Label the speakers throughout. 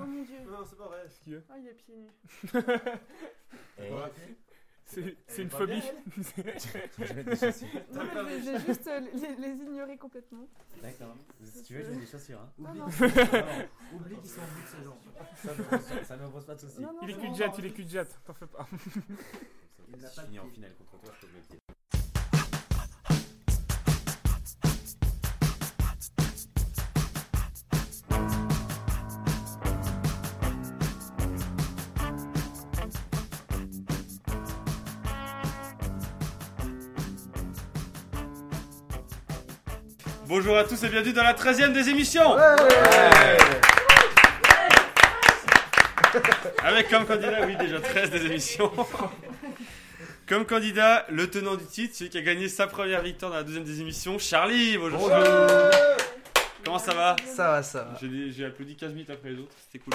Speaker 1: Oh Dieu.
Speaker 2: Non, non, c'est pas vrai.
Speaker 1: Oh, il est pieds nus.
Speaker 3: Et
Speaker 4: C'est c'est
Speaker 3: est
Speaker 4: une
Speaker 3: pas
Speaker 4: phobie.
Speaker 3: bien, je vais mettre des
Speaker 4: C'est
Speaker 3: chaussures.
Speaker 1: Non,
Speaker 2: pas
Speaker 1: mais j'ai- j'ai juste euh, les, les ignorer complètement.
Speaker 3: D'accord. Si tu veux, je mets des chaussures. Hein.
Speaker 1: Non,
Speaker 3: Oublie,
Speaker 1: non.
Speaker 3: non, oublie qu'ils sont en bout de saison. Ça me pose- Ça me pose pas de soucis.
Speaker 1: Non, non,
Speaker 4: Il est
Speaker 1: non,
Speaker 4: cul de jatte, il est cul de jatte, t'en fais pas.
Speaker 3: Il n'a pas fini en finale contre toi, je te le dis.
Speaker 2: Bonjour à tous et bienvenue dans la 13 e des émissions Avec comme candidat, oui déjà 13 des émissions. Comme candidat, le tenant du titre, celui qui a gagné sa première victoire dans la deuxième des émissions, Charlie Bonjour, Charlie. Comment ça va
Speaker 5: Ça va, ça va.
Speaker 2: J'ai des- J'ai applaudi 15 minutes après les autres, c'était cool.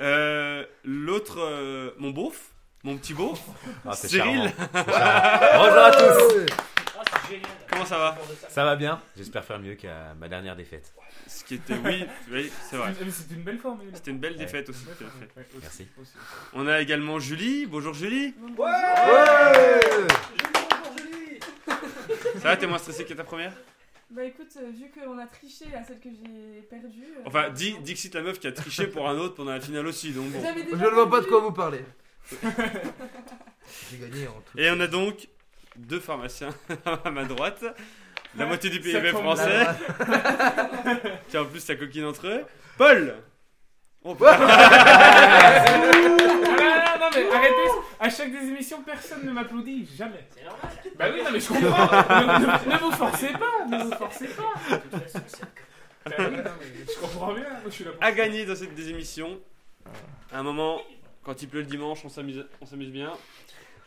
Speaker 2: Euh, L'autre, euh, mon beauf, mon petit beauf,
Speaker 3: Ah, c'est
Speaker 2: Cyril,
Speaker 3: Bonjour à tous
Speaker 2: comment ça va
Speaker 3: Ça va bien J'espère faire mieux qu'à ma dernière défaite.
Speaker 2: Ce qui était, oui, oui c'est vrai.
Speaker 4: Ah, Mais C'est une belle forme.
Speaker 2: C'était une belle
Speaker 3: Ouais.
Speaker 2: défaite aussi. tout à fait.
Speaker 3: Merci.
Speaker 2: On a également Julie. Bonjour Julie. Ça va, t'es moins stressée que ta première
Speaker 1: Bah écoute, euh, vu qu'on a triché à celle que j'ai perdue. euh,
Speaker 2: Enfin, dis, Dixit, la meuf qui a triché pour un autre pendant la finale aussi. Donc bon.
Speaker 1: j'avais
Speaker 5: Je
Speaker 1: déjà
Speaker 5: ne vois pas de
Speaker 1: perdu.
Speaker 5: quoi vous parlez. J'ai gagné en tout.
Speaker 2: Et on a donc deux pharmaciens à ma droite. La moitié du PIB
Speaker 4: Ça tombe
Speaker 2: français,
Speaker 5: Là,
Speaker 2: qui en plus la coquine entre eux. Paul Oh,
Speaker 4: Ah, non, non, mais arrêtez À chaque des émissions, personne ne m'applaudit, jamais. C'est normal. Bah oui, non, mais je comprends. ne, ne- ne vous forcez pas, ne vous forcez pas. Bah oui, non, mais je comprends bien, moi je suis là pour
Speaker 2: à gagner dans cette désémission. À un moment, quand il pleut le dimanche, on s'amuse on s'amuse bien.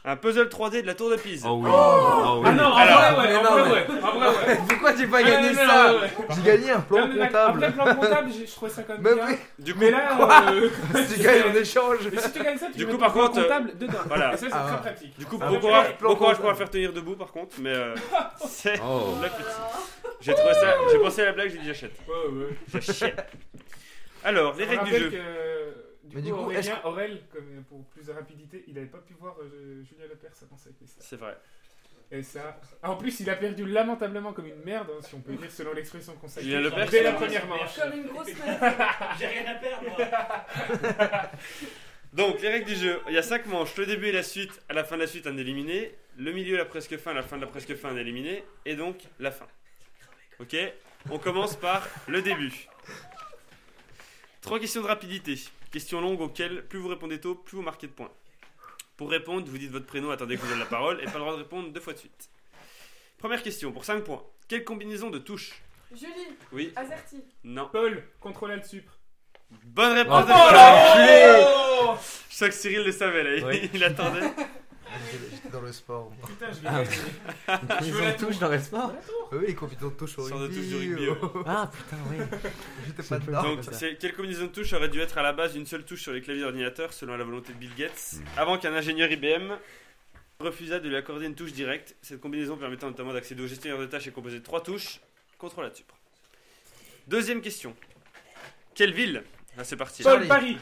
Speaker 2: Un puzzle 3D de la tour de Pise.
Speaker 3: Oh oui Oh oui
Speaker 4: Ah non, en
Speaker 5: Alors,
Speaker 4: vrai, ouais, en
Speaker 5: mais non,
Speaker 4: vrai,
Speaker 5: mais-
Speaker 4: ouais. En vrai, ouais.
Speaker 5: Pourquoi j'ai pas
Speaker 4: Ah,
Speaker 5: gagné
Speaker 4: non, non,
Speaker 5: ça
Speaker 4: ouais, ouais.
Speaker 5: J'ai gagné un plan
Speaker 4: Non, mais la- Après,
Speaker 5: comptable.
Speaker 4: plan comptable, j'ai- je trouvais ça quand même
Speaker 5: Mais
Speaker 4: bien.
Speaker 5: oui,
Speaker 2: Du coup,
Speaker 4: Mais là, euh,
Speaker 5: j'ai gagné en échange.
Speaker 4: mais si tu gagnes ça, tu
Speaker 2: Du
Speaker 4: mets
Speaker 2: coup,
Speaker 4: ton
Speaker 2: par
Speaker 4: plan
Speaker 2: contre, euh,
Speaker 4: comptable dedans.
Speaker 2: voilà.
Speaker 4: Et ça, c'est
Speaker 5: Ah.
Speaker 4: très pratique.
Speaker 2: du coup
Speaker 5: Ah,
Speaker 2: bon
Speaker 5: mais-
Speaker 2: courage,
Speaker 5: Plan
Speaker 2: bon courage pour
Speaker 5: comptable.
Speaker 2: la faire tenir debout par contre, mais euh, c'est
Speaker 3: Oh
Speaker 2: la petite. J'ai trouvé ça, j'ai pensé à la blague, j'ai dit j'achète.
Speaker 4: Ouais, ouais.
Speaker 2: J'achète. Alors, les
Speaker 4: On
Speaker 2: règles du
Speaker 4: rappelle
Speaker 2: jeu.
Speaker 4: que, euh, du
Speaker 5: Mais
Speaker 4: coup,
Speaker 5: du coup, est-ce
Speaker 4: Aurélien, Aurel, comme, pour plus de rapidité, il n'avait pas pu voir euh, Julien Lepers avant cette liste.
Speaker 2: C'est vrai.
Speaker 4: Et ça. Ah, En plus, il a perdu lamentablement comme une merde, hein, si on peut dire, selon l'expression qu'on s'est
Speaker 2: Julien Lepers,
Speaker 4: Dès
Speaker 2: c'est
Speaker 4: la
Speaker 2: vrai.
Speaker 4: première manche.
Speaker 1: Comme une grosse merde.
Speaker 6: J'ai rien à perdre. moi.
Speaker 2: Donc, les règles du jeu. Il y a 5 manches. Le début et la suite. À la fin de la suite, un éliminé. Le milieu, la presque fin. La fin de la presque fin, un éliminé. Et donc, la fin. Ok On commence par le début. Trois questions de rapidité. Questions longues auxquelles plus vous répondez tôt, plus vous marquez de points. Pour répondre, vous dites votre prénom, attendez que vous ayez la parole, et pas le droit de répondre deux fois de suite. Première question, pour 5 points. Quelle combinaison de touches
Speaker 1: Julie,
Speaker 2: Oui,
Speaker 1: Azerty.
Speaker 2: non.
Speaker 4: Paul, contrôle Alt Supre.
Speaker 2: Bonne réponse de Nicolas. Je sens que Cyril le savait là,
Speaker 3: Oui.
Speaker 2: il attendait.
Speaker 5: J'étais dans le sport.
Speaker 2: Oh
Speaker 5: moi.
Speaker 4: Ah, Putain, je vais gagner.
Speaker 3: Ils
Speaker 4: veux la
Speaker 3: ont touche dans le sport
Speaker 5: Oui, les combinaisons de touche au
Speaker 2: Sort de
Speaker 5: rugby.
Speaker 2: touche du rugby,
Speaker 5: oh.
Speaker 3: Ah putain, oui
Speaker 5: J'étais pas
Speaker 3: Je peux
Speaker 5: dedans.
Speaker 2: Donc,
Speaker 3: comme ça.
Speaker 2: c'est- quelle combinaison de touches aurait dû être à la base d'une seule touche sur les claviers d'ordinateur, selon la volonté de Bill Gates, avant qu'un ingénieur IBM refusa de lui accorder une touche directe Cette combinaison permettant notamment d'accéder au gestionnaire de tâches est composée de trois touches. Contrôle là-dessus. Deuxième question. Quelle ville Ah, c'est parti.
Speaker 4: Paul, Paris.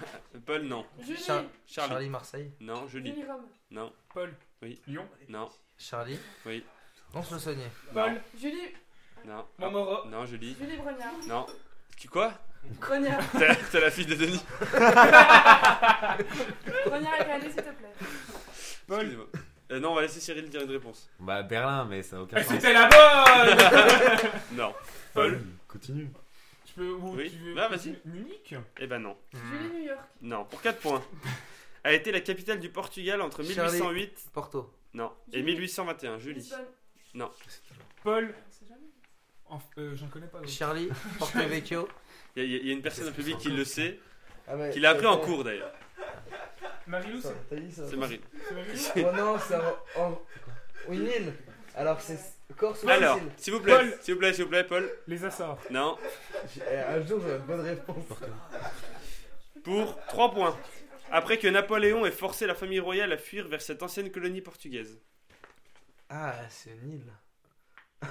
Speaker 2: Paul, non.
Speaker 1: Julie,
Speaker 5: Char-
Speaker 2: Charlie,
Speaker 5: Charlie Marseille.
Speaker 2: non. Julie,
Speaker 1: Julie Rome.
Speaker 2: non.
Speaker 4: Paul.
Speaker 2: Oui.
Speaker 4: Lyon.
Speaker 2: Non,
Speaker 5: Charlie.
Speaker 2: Oui.
Speaker 5: Non, se le soigner.
Speaker 2: Ah.
Speaker 4: Paul.
Speaker 1: Julie,
Speaker 2: non.
Speaker 4: Momoro.
Speaker 2: Non, Julie,
Speaker 1: Julie Brognard.
Speaker 2: non. Tu quoi
Speaker 1: Brognard.
Speaker 2: T'as t'as la fille de Denis
Speaker 1: Brognard est allée, s'il te plaît.
Speaker 4: Paul.
Speaker 2: Excusez-moi. Euh, non, on va laisser Cyril dire une réponse.
Speaker 3: Bah Berlin, mais ça n'a aucun
Speaker 4: Ah,
Speaker 3: sens.
Speaker 4: C'était la bonne
Speaker 2: Non. Paul.
Speaker 3: Continue.
Speaker 4: Je peux. ou
Speaker 2: Oui.
Speaker 4: tu veux-
Speaker 2: Bah, vas-y.
Speaker 4: Munich
Speaker 2: Eh ben non.
Speaker 1: Julie New York.
Speaker 2: Non, pour 4 points. A été la capitale du Portugal entre
Speaker 5: Charlie.
Speaker 2: 1808
Speaker 5: Porto.
Speaker 2: non, et
Speaker 1: Julie.
Speaker 2: 1821, Julie.
Speaker 1: Lisbonne.
Speaker 4: Paul.
Speaker 1: On sait jamais.
Speaker 4: En- euh, J'en connais pas. donc.
Speaker 5: Charlie. Porto Vecchio.
Speaker 2: Il y, a- il y a une personne au public qui le sait,
Speaker 5: Ah ouais,
Speaker 2: qui l'a appris en cours d'ailleurs.
Speaker 4: Marilou,
Speaker 5: Ça,
Speaker 4: c'est
Speaker 5: T'as dit ça
Speaker 2: C'est Marie.
Speaker 4: c'est Marilou
Speaker 5: Oh non, c'est en. en- Une île. Alors que c'est Corse ou
Speaker 2: Alors,
Speaker 5: Sicile.
Speaker 2: s'il vous plaît,
Speaker 4: Paul.
Speaker 2: s'il vous plaît, s'il vous plaît, Paul.
Speaker 4: Les Açores.
Speaker 2: Non,
Speaker 5: J'ai- Eh, Un jour, j'aurai une bonne réponse.
Speaker 2: pour 3 points. Après que Napoléon ait forcé la famille royale à fuir vers cette ancienne colonie portugaise.
Speaker 5: Ah, c'est une île.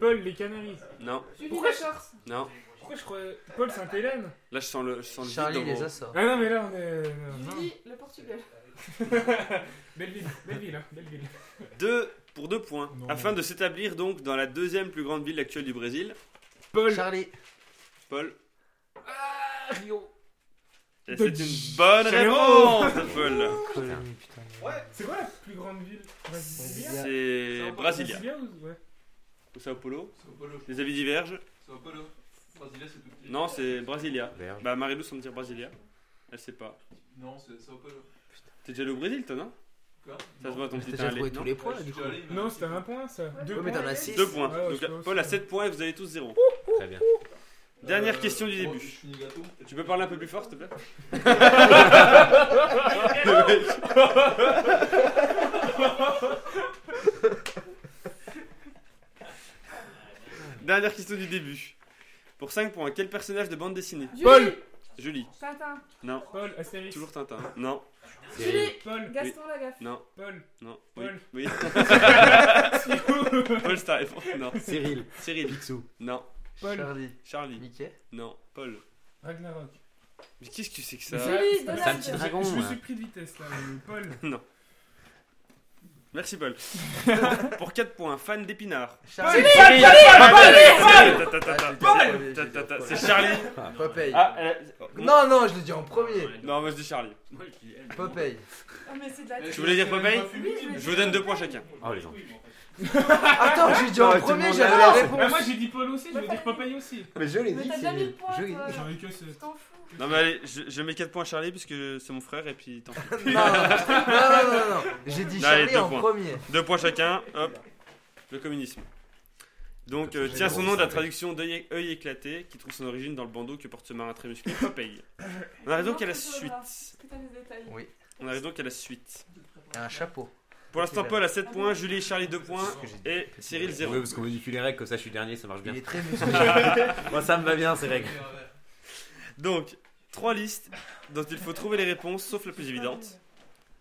Speaker 4: Paul, les Canaries.
Speaker 2: Non,
Speaker 1: Julie
Speaker 4: Pourquoi
Speaker 1: la Corse.
Speaker 2: non,
Speaker 4: Pourquoi je croyais. Paul Saint-Hélène
Speaker 2: Là, je sens le, je sens le
Speaker 5: Charlie
Speaker 2: vide dans
Speaker 5: les
Speaker 2: mon-
Speaker 5: Açores.
Speaker 4: Ah non, mais là on est. non.
Speaker 1: Julie, le Portugal.
Speaker 4: Belleville, Belleville, hein, Belleville.
Speaker 2: Deux pour deux points.
Speaker 4: Non.
Speaker 2: Afin de s'établir donc dans la deuxième plus grande ville actuelle du Brésil,
Speaker 4: Paul.
Speaker 5: Charlie.
Speaker 2: Paul.
Speaker 4: Ah, Rio.
Speaker 2: Et
Speaker 4: De
Speaker 2: c'est une bonne
Speaker 4: Janeiro.
Speaker 2: réponse, de Paul.
Speaker 5: Colonie, putain.
Speaker 4: Ouais, c'est quoi la plus grande ville Brasilia
Speaker 2: C'est Brasilia.
Speaker 4: ou- ouais.
Speaker 2: Ou Sao Paulo.
Speaker 6: Sao Paulo.
Speaker 2: Les avis divergent.
Speaker 6: Sao Paulo. Brasilia, c'est tout petit.
Speaker 2: Non, c'est Brasilia.
Speaker 7: Verge.
Speaker 2: Bah, Marilou semble dire Brasilia. Elle sait pas.
Speaker 6: Non, c'est Sao Paulo.
Speaker 2: T'es déjà allé au Brésil, toi, non
Speaker 6: Quoi
Speaker 2: Ça se voit ton
Speaker 5: Mais t'as
Speaker 2: petit
Speaker 5: déjà
Speaker 2: teint
Speaker 5: trouvé
Speaker 2: allé,
Speaker 5: tous
Speaker 2: non
Speaker 5: les
Speaker 6: Ouais,
Speaker 5: points
Speaker 6: je
Speaker 5: là, du
Speaker 6: suis
Speaker 5: coup.
Speaker 6: allé, il m'a
Speaker 4: Non,
Speaker 6: dit-
Speaker 4: c'était un point ça. Deux
Speaker 5: Ouais, mais
Speaker 4: points.
Speaker 5: t'en as 6.
Speaker 2: Deux points.
Speaker 4: Ouais, ouais,
Speaker 2: Donc,
Speaker 4: je
Speaker 2: là,
Speaker 4: pense.
Speaker 2: Paul a 7 points et vous avez tous 0.
Speaker 7: Très bien.
Speaker 2: Dernière
Speaker 6: Euh,
Speaker 2: question du
Speaker 6: bon,
Speaker 2: début.
Speaker 6: je finis gâteau.
Speaker 2: Tu peux parler un peu plus fort, s'il te plaît Dernière question du début. Pour 5 points, quel personnage de bande dessinée
Speaker 1: Julie,
Speaker 4: Paul.
Speaker 2: Julie.
Speaker 1: Tintin.
Speaker 2: Non.
Speaker 4: Paul, Astérix.
Speaker 2: Toujours Tintin. Non.
Speaker 1: Julie,
Speaker 4: Paul,
Speaker 1: Gaston Lagaffe.
Speaker 2: Non.
Speaker 4: Paul.
Speaker 2: Non. Oui.
Speaker 4: Paul.
Speaker 2: Oui. Paul, c'est ta réponse. Non.
Speaker 7: Cyril.
Speaker 2: Cyril.
Speaker 7: Picsou.
Speaker 2: Non.
Speaker 4: Paul.
Speaker 5: Charlie.
Speaker 2: Charlie.
Speaker 5: Mickey.
Speaker 2: Non. Paul.
Speaker 4: Ragnarok.
Speaker 2: Mais qu'est-ce que c'est que
Speaker 4: Mais
Speaker 2: ça
Speaker 4: c'est-
Speaker 1: Julie,
Speaker 4: C'est
Speaker 7: un
Speaker 1: Donald.
Speaker 7: petit dragon.
Speaker 4: Je me
Speaker 7: hein.
Speaker 4: suis pris de vitesse là, mais Paul. Bah,
Speaker 2: Merci, Paul. Pour 4 points, fan d'épinards.
Speaker 5: Charlie.
Speaker 2: Tata, tata, tata,
Speaker 5: Paul.
Speaker 2: C'est Charlie.
Speaker 5: Popeye.
Speaker 2: Ah, elle a-
Speaker 5: Non, non, je l'ai dit en premier.
Speaker 2: Non, moi je dis Charlie.
Speaker 5: Popeye.
Speaker 1: Ah, mais c'est de la
Speaker 6: Mais
Speaker 2: Tu voulais dire Popeye
Speaker 6: c'est même pas fumé.
Speaker 2: Je vous donne deux points chacun.
Speaker 7: Oh les gens.
Speaker 5: Attends, j'ai dit en
Speaker 7: Ouais, tout le
Speaker 5: premier,
Speaker 7: monde
Speaker 5: j'avais
Speaker 7: a-
Speaker 5: la
Speaker 4: Bah,
Speaker 5: réponse.
Speaker 4: moi j'ai dit Paul aussi, je veux dire Popeye aussi.
Speaker 7: Mais je l'ai
Speaker 1: Mais t'as déjà mis le point,
Speaker 5: Julie.
Speaker 1: toi.
Speaker 4: J'en ai que ce.
Speaker 1: Je t'en fous.
Speaker 2: Non, mais allez, je, je mets 4 points à Charlie parce que c'est mon frère et puis tant pis.
Speaker 5: Non, non, non, non, non, non. J'ai dit
Speaker 2: Non, allez,
Speaker 5: Charlie
Speaker 2: deux
Speaker 5: en
Speaker 2: points.
Speaker 5: premier.
Speaker 2: Deux points chacun, hop, le communisme. Donc, euh, tient son nom de la traduction d'œil œil éclaté qui trouve son origine dans le bandeau que porte ce marin très musclé, Popeye. On arrive Bah, donc à la suite.
Speaker 1: Est-ce que t'as les détails
Speaker 5: Oui.
Speaker 2: On arrive donc à la suite.
Speaker 5: Et un chapeau.
Speaker 2: Pour l'instant, Paul a 7 points, Julie et Charlie 2 points
Speaker 5: que j'ai dit.
Speaker 2: et Cyril 0.
Speaker 7: Oui, parce qu'on modifie les règles, comme ça je suis dernier, ça marche bien.
Speaker 5: Il est très musclé.
Speaker 7: Moi ça me va bien ces règles.
Speaker 2: Donc, trois listes dont il faut trouver les réponses, sauf la plus
Speaker 1: Ah,
Speaker 2: évidente.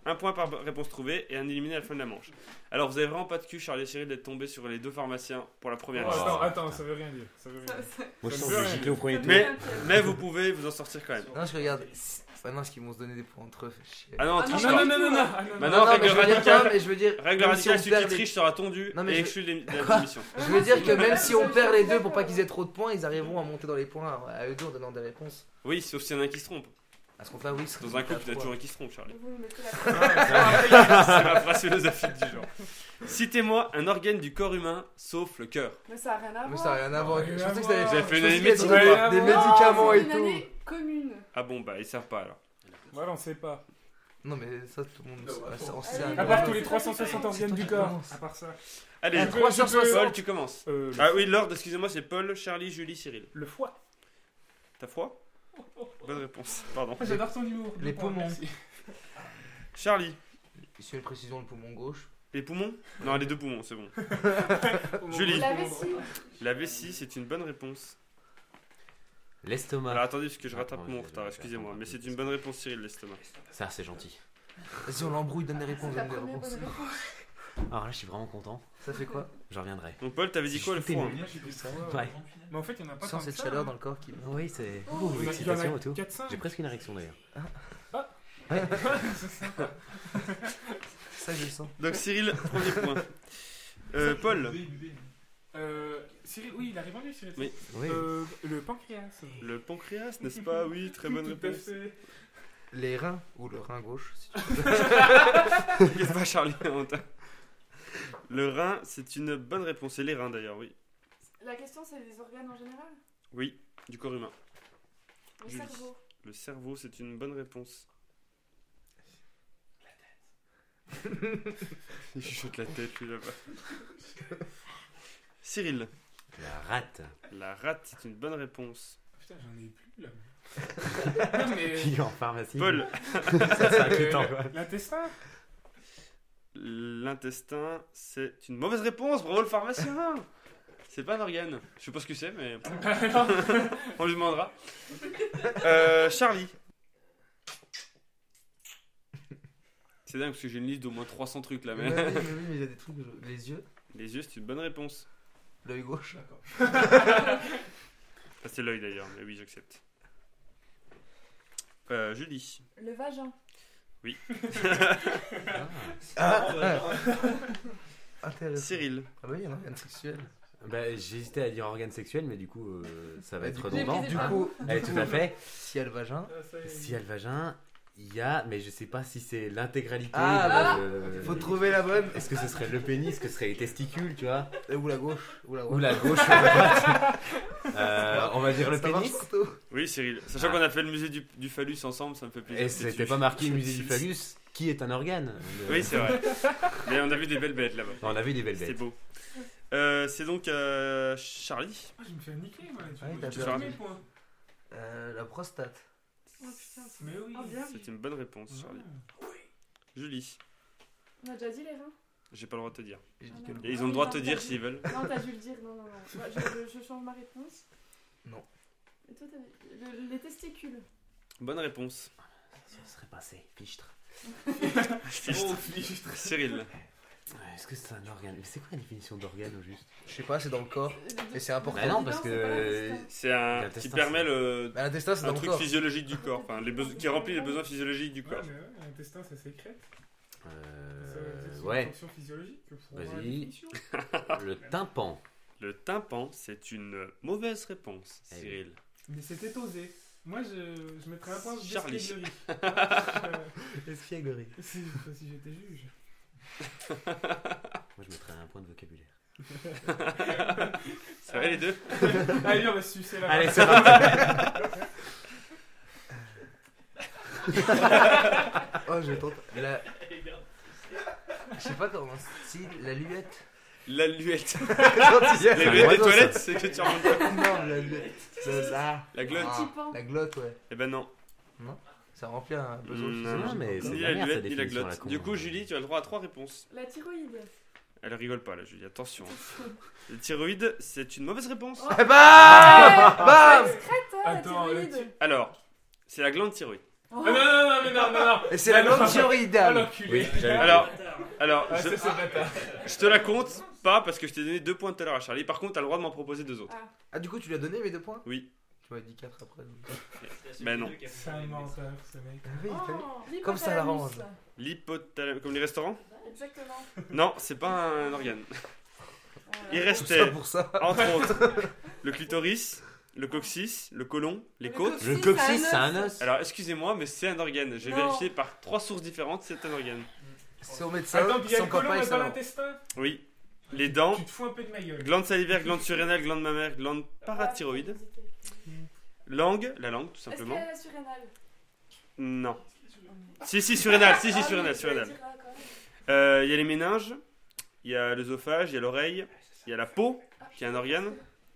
Speaker 2: Un point par réponse trouvée et un éliminé à la fin de la manche. Alors, vous avez vraiment pas de cul, Charlie et Cyril, d'être tombés sur les deux pharmaciens pour la
Speaker 4: Oh,
Speaker 2: première liste.
Speaker 4: attends, attends, ça veut rien dire. Ça veut rien dire.
Speaker 7: Moi je
Speaker 4: Ça
Speaker 7: sens
Speaker 4: me
Speaker 7: que
Speaker 4: fait
Speaker 7: j'ai giclé au premier tour.
Speaker 2: Mais-
Speaker 1: Ah,
Speaker 2: Mais vous pouvez vous en sortir quand même.
Speaker 5: Non, je regarde. Enfin, non, ce qu'ils vont se donner des points entre eux. Je sais.
Speaker 2: Ah non, on
Speaker 1: Ah
Speaker 2: triche
Speaker 1: non,
Speaker 2: pas.
Speaker 1: non,
Speaker 4: ah, non, non.
Speaker 2: Maintenant,
Speaker 5: non, mais
Speaker 2: règle
Speaker 5: je veux dire quoi,
Speaker 2: radicale.
Speaker 5: mais je veux dire.
Speaker 2: Règle
Speaker 5: même
Speaker 2: radicale,
Speaker 5: si on
Speaker 2: celui qui
Speaker 5: perd les-
Speaker 2: triche sera tondu
Speaker 5: Non, mais
Speaker 2: et
Speaker 5: je-
Speaker 2: exclu de la- de
Speaker 5: Quoi
Speaker 2: la démission.
Speaker 5: Je veux dire que même si on perd les deux pour pas qu'ils aient trop de points, ils arriveront à monter dans les points à- à eux deux en donnant des réponses.
Speaker 2: Oui, sauf s'il y en a un qui se trompe.
Speaker 5: À ce compte-là, oui, ce serait
Speaker 2: Dans un couple,
Speaker 5: quatre
Speaker 2: il y a
Speaker 5: fois.
Speaker 2: toujours un qui se trompe, Charlie.
Speaker 1: Vous me mettez la
Speaker 5: Ah,
Speaker 2: C'est ma phrase philosophique du genre. Citez-moi un organe du corps humain sauf le cœur.
Speaker 1: Mais ça a rien à voir.
Speaker 5: Mais ça a rien à voir.
Speaker 4: Rien
Speaker 5: Je
Speaker 4: à
Speaker 5: pensais que
Speaker 4: voir.
Speaker 5: ça
Speaker 4: Vous
Speaker 5: allait
Speaker 2: avez fait une année
Speaker 5: des,
Speaker 2: de
Speaker 4: médecine.
Speaker 5: des
Speaker 4: Non,
Speaker 5: médicaments
Speaker 1: c'est
Speaker 5: et
Speaker 1: une
Speaker 5: tout.
Speaker 1: année commune.
Speaker 2: Ah bon, bah ils savent pas alors.
Speaker 4: Voilà, on sait pas.
Speaker 5: Non, mais ça, tout le monde. sait pas, ça, On sait
Speaker 1: Allez,
Speaker 5: rien.
Speaker 4: À part tous les 360
Speaker 1: 360
Speaker 4: organes du
Speaker 5: qui
Speaker 4: corps.
Speaker 5: commence.
Speaker 4: À part ça.
Speaker 2: Allez,
Speaker 5: Ah,
Speaker 4: Tu peux-
Speaker 5: 360.
Speaker 2: Paul, tu commences.
Speaker 4: Euh, le-
Speaker 2: Ah oui, l'ordre, excusez-moi, c'est Paul, Charlie, Julie, Cyril.
Speaker 4: Le foie.
Speaker 2: T'as froid Bonne réponse, pardon.
Speaker 4: Ah, J'adore ton humour.
Speaker 5: Les
Speaker 4: Deux points,
Speaker 5: poumons.
Speaker 4: merci.
Speaker 2: Charlie,
Speaker 5: Ici, une précision, le poumon gauche.
Speaker 2: les poumons Non, les deux poumons, c'est bon.
Speaker 4: Poumons.
Speaker 2: Julie.
Speaker 1: La vessie.
Speaker 2: La vessie, c'est une bonne réponse. Alors
Speaker 7: L'estomac.
Speaker 2: attendez, parce que je rattrape
Speaker 7: Attends,
Speaker 2: mon
Speaker 7: je vais
Speaker 2: retard,
Speaker 7: faire
Speaker 2: excusez-moi.
Speaker 7: un
Speaker 2: Mais
Speaker 7: peu
Speaker 2: c'est
Speaker 7: de
Speaker 2: une bonne réponse, Cyril, l'estomac.
Speaker 7: Ça c'est gentil.
Speaker 5: Vas-y, on l'embrouille, donne des réponses,
Speaker 1: C'est la
Speaker 5: donne des
Speaker 1: première
Speaker 5: réponses.
Speaker 1: bonne réponse.
Speaker 7: Alors Ah, là je suis vraiment content.
Speaker 5: Ça fait quoi
Speaker 7: Je reviendrai.
Speaker 2: Donc, Paul, t'avais dit quoi le
Speaker 7: J'étais
Speaker 2: foie hein
Speaker 7: nul.
Speaker 4: Moi, j'ai dit le foie.
Speaker 7: Ouais.
Speaker 4: Mais en fait, il y en a pas
Speaker 5: Sans
Speaker 4: tant que
Speaker 5: cette
Speaker 4: ça,
Speaker 5: chaleur
Speaker 4: hein.
Speaker 5: dans le corps qui.
Speaker 7: Oui c'est.
Speaker 1: Oh,
Speaker 7: Ouh,
Speaker 4: Il y en a- il y en a
Speaker 7: excitation et tout.
Speaker 4: 4-5.
Speaker 7: J'ai presque une érection d'ailleurs.
Speaker 5: Ça, je le sens.
Speaker 2: Donc Cyril, premier point. Euh, Paul,
Speaker 4: Euh, Cyril, oui, il a répondu, Cyril.
Speaker 2: Oui.
Speaker 7: Oui.
Speaker 4: Euh, le pancréas.
Speaker 2: le pancréas, n'est-ce pas Oui, très bonne
Speaker 4: Tout à
Speaker 2: réponse.
Speaker 4: fait.
Speaker 5: Les reins ou le rein gauche. si tu veux.
Speaker 2: Qu'est-ce pas Charlie on t'a- Le rein, c'est une bonne réponse. Et les reins d'ailleurs, oui.
Speaker 1: La question, c'est les organes en général
Speaker 2: Oui, du corps humain.
Speaker 1: Le
Speaker 2: Julie.
Speaker 1: cerveau.
Speaker 2: Le cerveau, c'est une bonne réponse. Il chuchote la tête, lui, là-bas. Cyril,
Speaker 7: La rate.
Speaker 2: la rate, c'est une bonne réponse.
Speaker 4: Putain, j'en ai plus là. non, mais.
Speaker 7: Qui est en pharmacie.
Speaker 2: Paul,
Speaker 7: c'est
Speaker 5: Ah.
Speaker 7: inquiétant quoi.
Speaker 4: Euh, L'intestin
Speaker 2: l'intestin, c'est une mauvaise réponse. Bravo le pharmacien C'est pas un organe. Je sais pas ce que c'est, mais... On lui demandera. Euh, Charlie. C'est dingue parce que j'ai une liste d'au moins 300 trucs là.
Speaker 5: Mais
Speaker 2: Mais...
Speaker 5: oui, mais oui, mais il y a des trucs. je- Les yeux,
Speaker 2: Les yeux, c'est une bonne réponse.
Speaker 5: l'œil gauche.
Speaker 2: Ah, c'est l'œil d'ailleurs, mais oui, j'accepte. Euh, Julie.
Speaker 1: Le vagin.
Speaker 5: Ah, Intéressant.
Speaker 2: Cyril.
Speaker 5: Ah bah oui, il y en a un sexuel.
Speaker 7: Bah, J'hésitais à dire organe sexuel, mais du coup, euh, ça va
Speaker 5: Bah,
Speaker 7: être
Speaker 5: du coup-
Speaker 7: redondant.
Speaker 5: Du coup,
Speaker 7: Eh, tout à fait.
Speaker 5: si elle vagin.
Speaker 7: S'il y a le vagin, il y a, mais je sais pas si c'est l'intégralité.
Speaker 5: Ah,
Speaker 7: de-
Speaker 5: Faut trouver la bonne.
Speaker 7: Est-ce que ce serait le pénis, que ce serait les testicules, tu vois
Speaker 5: Euh, Ou la gauche. Ou la
Speaker 7: Ou
Speaker 5: gauche.
Speaker 7: la gauche ou la droite Euh, On va dire le
Speaker 5: Ça marche
Speaker 7: pénis.
Speaker 5: partout.
Speaker 2: Oui, Cyril. Sachant
Speaker 7: Ah.
Speaker 2: qu'on a fait le musée du, du phallus ensemble, ça me fait plaisir.
Speaker 7: Et
Speaker 2: que tu-
Speaker 7: c'était pas marqué au musée du phallus, qui est un organe Le-
Speaker 2: Oui, c'est vrai. mais on a vu des belles bêtes là-bas.
Speaker 7: On a vu des belles
Speaker 2: C'était
Speaker 7: bêtes.
Speaker 2: beau. Euh, c'est donc euh, Charlie.
Speaker 4: Ah, je vais me faire niquer, moi. Tu
Speaker 5: Ouais,
Speaker 4: vois,
Speaker 5: t'as
Speaker 4: tu
Speaker 2: perdu.
Speaker 4: vois mes points.
Speaker 5: Euh, la prostate.
Speaker 1: Oh putain, c'est-
Speaker 4: Mais oui.
Speaker 1: Oh, bien.
Speaker 2: C'est une bonne réponse, Charlie. Julie.
Speaker 1: On a déjà dit les reins
Speaker 2: J'ai pas le droit de te dire.
Speaker 5: J'ai dit
Speaker 1: Ah,
Speaker 5: que
Speaker 1: non.
Speaker 5: le-
Speaker 2: Et ils ont le droit de te dire s'ils veulent.
Speaker 1: Non, t'as dû le dire. Non, non, non. Bah, je, je- je change ma réponse.
Speaker 5: Non.
Speaker 1: Et toi, t'as dit- le- les testicules.
Speaker 2: Bonne réponse.
Speaker 7: Ce serait passé, fichtre.
Speaker 4: Oh, fichtre.
Speaker 2: Cyril.
Speaker 7: Ouais, Est-ce que c'est un organe Mais c'est quoi la définition d'organe au juste
Speaker 5: Je sais pas, c'est dans le corps.
Speaker 1: Euh,
Speaker 5: Et c'est important.
Speaker 7: Bah non, parce que.
Speaker 2: C'est un qui
Speaker 7: L'intestin,
Speaker 2: permet
Speaker 7: c'est-
Speaker 2: le
Speaker 5: Mais Bah, l'intestin, c'est
Speaker 2: un
Speaker 5: dans le
Speaker 2: truc
Speaker 5: corps.
Speaker 2: physiologique du corps, enfin les beso- qui remplit les besoins physiologiques du
Speaker 4: Ouais,
Speaker 2: corps.
Speaker 4: mais ouais, l'intestin, ça sécrète. Ça-
Speaker 7: Euh,
Speaker 4: C'est une
Speaker 7: Ouais,
Speaker 4: fonction physiologique. que pour
Speaker 7: Vas-y.
Speaker 4: avoir une fonction.
Speaker 7: le tympan.
Speaker 2: Le tympan, c'est une mauvaise réponse,
Speaker 7: Eh oui.
Speaker 2: Cyril.
Speaker 4: Mais c'était osé. Moi, je, je mettrais un point de
Speaker 2: Charlie.
Speaker 4: d'espièglerie. Euh,
Speaker 5: L'espièglerie.
Speaker 4: si enfin, si j'étais juge.
Speaker 7: Moi, je mettrais un point de vocabulaire.
Speaker 2: Ça va les deux
Speaker 4: Allez, on va se sucer là.
Speaker 7: Allez, ça va.
Speaker 5: Oh, je tente. La... Je sais pas comment. Si, la luette.
Speaker 2: La luette. Les
Speaker 7: un
Speaker 2: luettes des
Speaker 7: oiseau, ça.
Speaker 2: toilettes, c'est que tu remontes pas.
Speaker 5: non, la luette. Ça, ça.
Speaker 2: La glotte.
Speaker 5: Ah,
Speaker 1: Tympan.
Speaker 5: la glotte, ouais.
Speaker 2: Eh ben non.
Speaker 5: Ça remplit un besoin
Speaker 2: Mm,
Speaker 5: physiologique.
Speaker 7: non, mais
Speaker 2: C'est
Speaker 7: c'est
Speaker 2: ni
Speaker 7: la
Speaker 2: la
Speaker 7: merde, sa
Speaker 2: luette ni la
Speaker 7: définition, la
Speaker 2: glotte.
Speaker 7: con.
Speaker 2: Du coup, Julie, tu as le droit à trois réponses.
Speaker 1: La thyroïde.
Speaker 2: Elle rigole pas là, Julie, attention. Le thyroïde, c'est une mauvaise réponse.
Speaker 5: Eh bah Bam
Speaker 1: Secrète, hein, la
Speaker 4: Attends, le
Speaker 1: thyroïde.
Speaker 2: Alors, c'est la glande thyroïde.
Speaker 1: Oh.
Speaker 4: Ah, non, non, non, mais non, non, non.
Speaker 5: Et c'est la
Speaker 4: Alors-
Speaker 5: glande
Speaker 4: Ah,
Speaker 5: thyroïdale.
Speaker 4: l'enculé.
Speaker 7: Oui, j'avais-
Speaker 2: Alors, alors
Speaker 4: Ah,
Speaker 2: je,
Speaker 4: ça, c'est bâtard.
Speaker 2: je te la compte pas parce que je t'ai donné deux points tout à l'heure à Charlie. Par contre, t'as le droit de m'en proposer deux autres.
Speaker 5: Ah, du coup, tu lui as donné mes deux points
Speaker 2: Oui.
Speaker 5: Tu m'as dit 4 après. donc.
Speaker 2: Mais Bah non.
Speaker 4: C'est un menteur, ce mec.
Speaker 5: Ah oui, il fallait-
Speaker 1: oh, L'hypothalamus.
Speaker 5: Comme ça l'arrange.
Speaker 2: L'hypothalamus, comme les restaurants
Speaker 1: Exactement.
Speaker 2: Non, c'est pas un organe. Il
Speaker 1: Voilà.
Speaker 5: Tout
Speaker 2: restait
Speaker 5: ça pour ça.
Speaker 2: Entre autres, le clitoris, le coccyx, le côlon, les
Speaker 1: Le
Speaker 2: côtes.
Speaker 1: coccyx.
Speaker 7: Le
Speaker 1: Si,
Speaker 7: coccyx, c'est
Speaker 1: c'est un
Speaker 7: un os.
Speaker 2: Alors, excusez-moi, mais c'est un organe. J'ai
Speaker 1: Non.
Speaker 2: vérifié par trois sources différentes, c'est un organe.
Speaker 5: C'est au médecin,
Speaker 4: Attends, puis il y a
Speaker 5: son
Speaker 4: le colon,
Speaker 5: copain et
Speaker 4: mais
Speaker 5: sa
Speaker 4: pas
Speaker 5: maman.
Speaker 4: l'intestin.
Speaker 2: Oui. Les dents,
Speaker 4: Tu te fous un peu de ma gueule.
Speaker 2: glande salivaire, glande surrénale, glande mammaire, glande parathyroïde. Langue, la langue, tout
Speaker 1: Est-ce qu'il y
Speaker 2: simplement.
Speaker 1: a la surrénale
Speaker 2: Non. Si, si, surrénale, si, si,
Speaker 1: Ah, mais
Speaker 2: surrénale,
Speaker 1: tu l'as
Speaker 2: surrénale.
Speaker 1: dit là, quand même.
Speaker 2: Euh, Il y a les méninges, il y a l'œsophage, il y a l'oreille,
Speaker 1: Ah,
Speaker 2: il y a la peau, qui est un organe,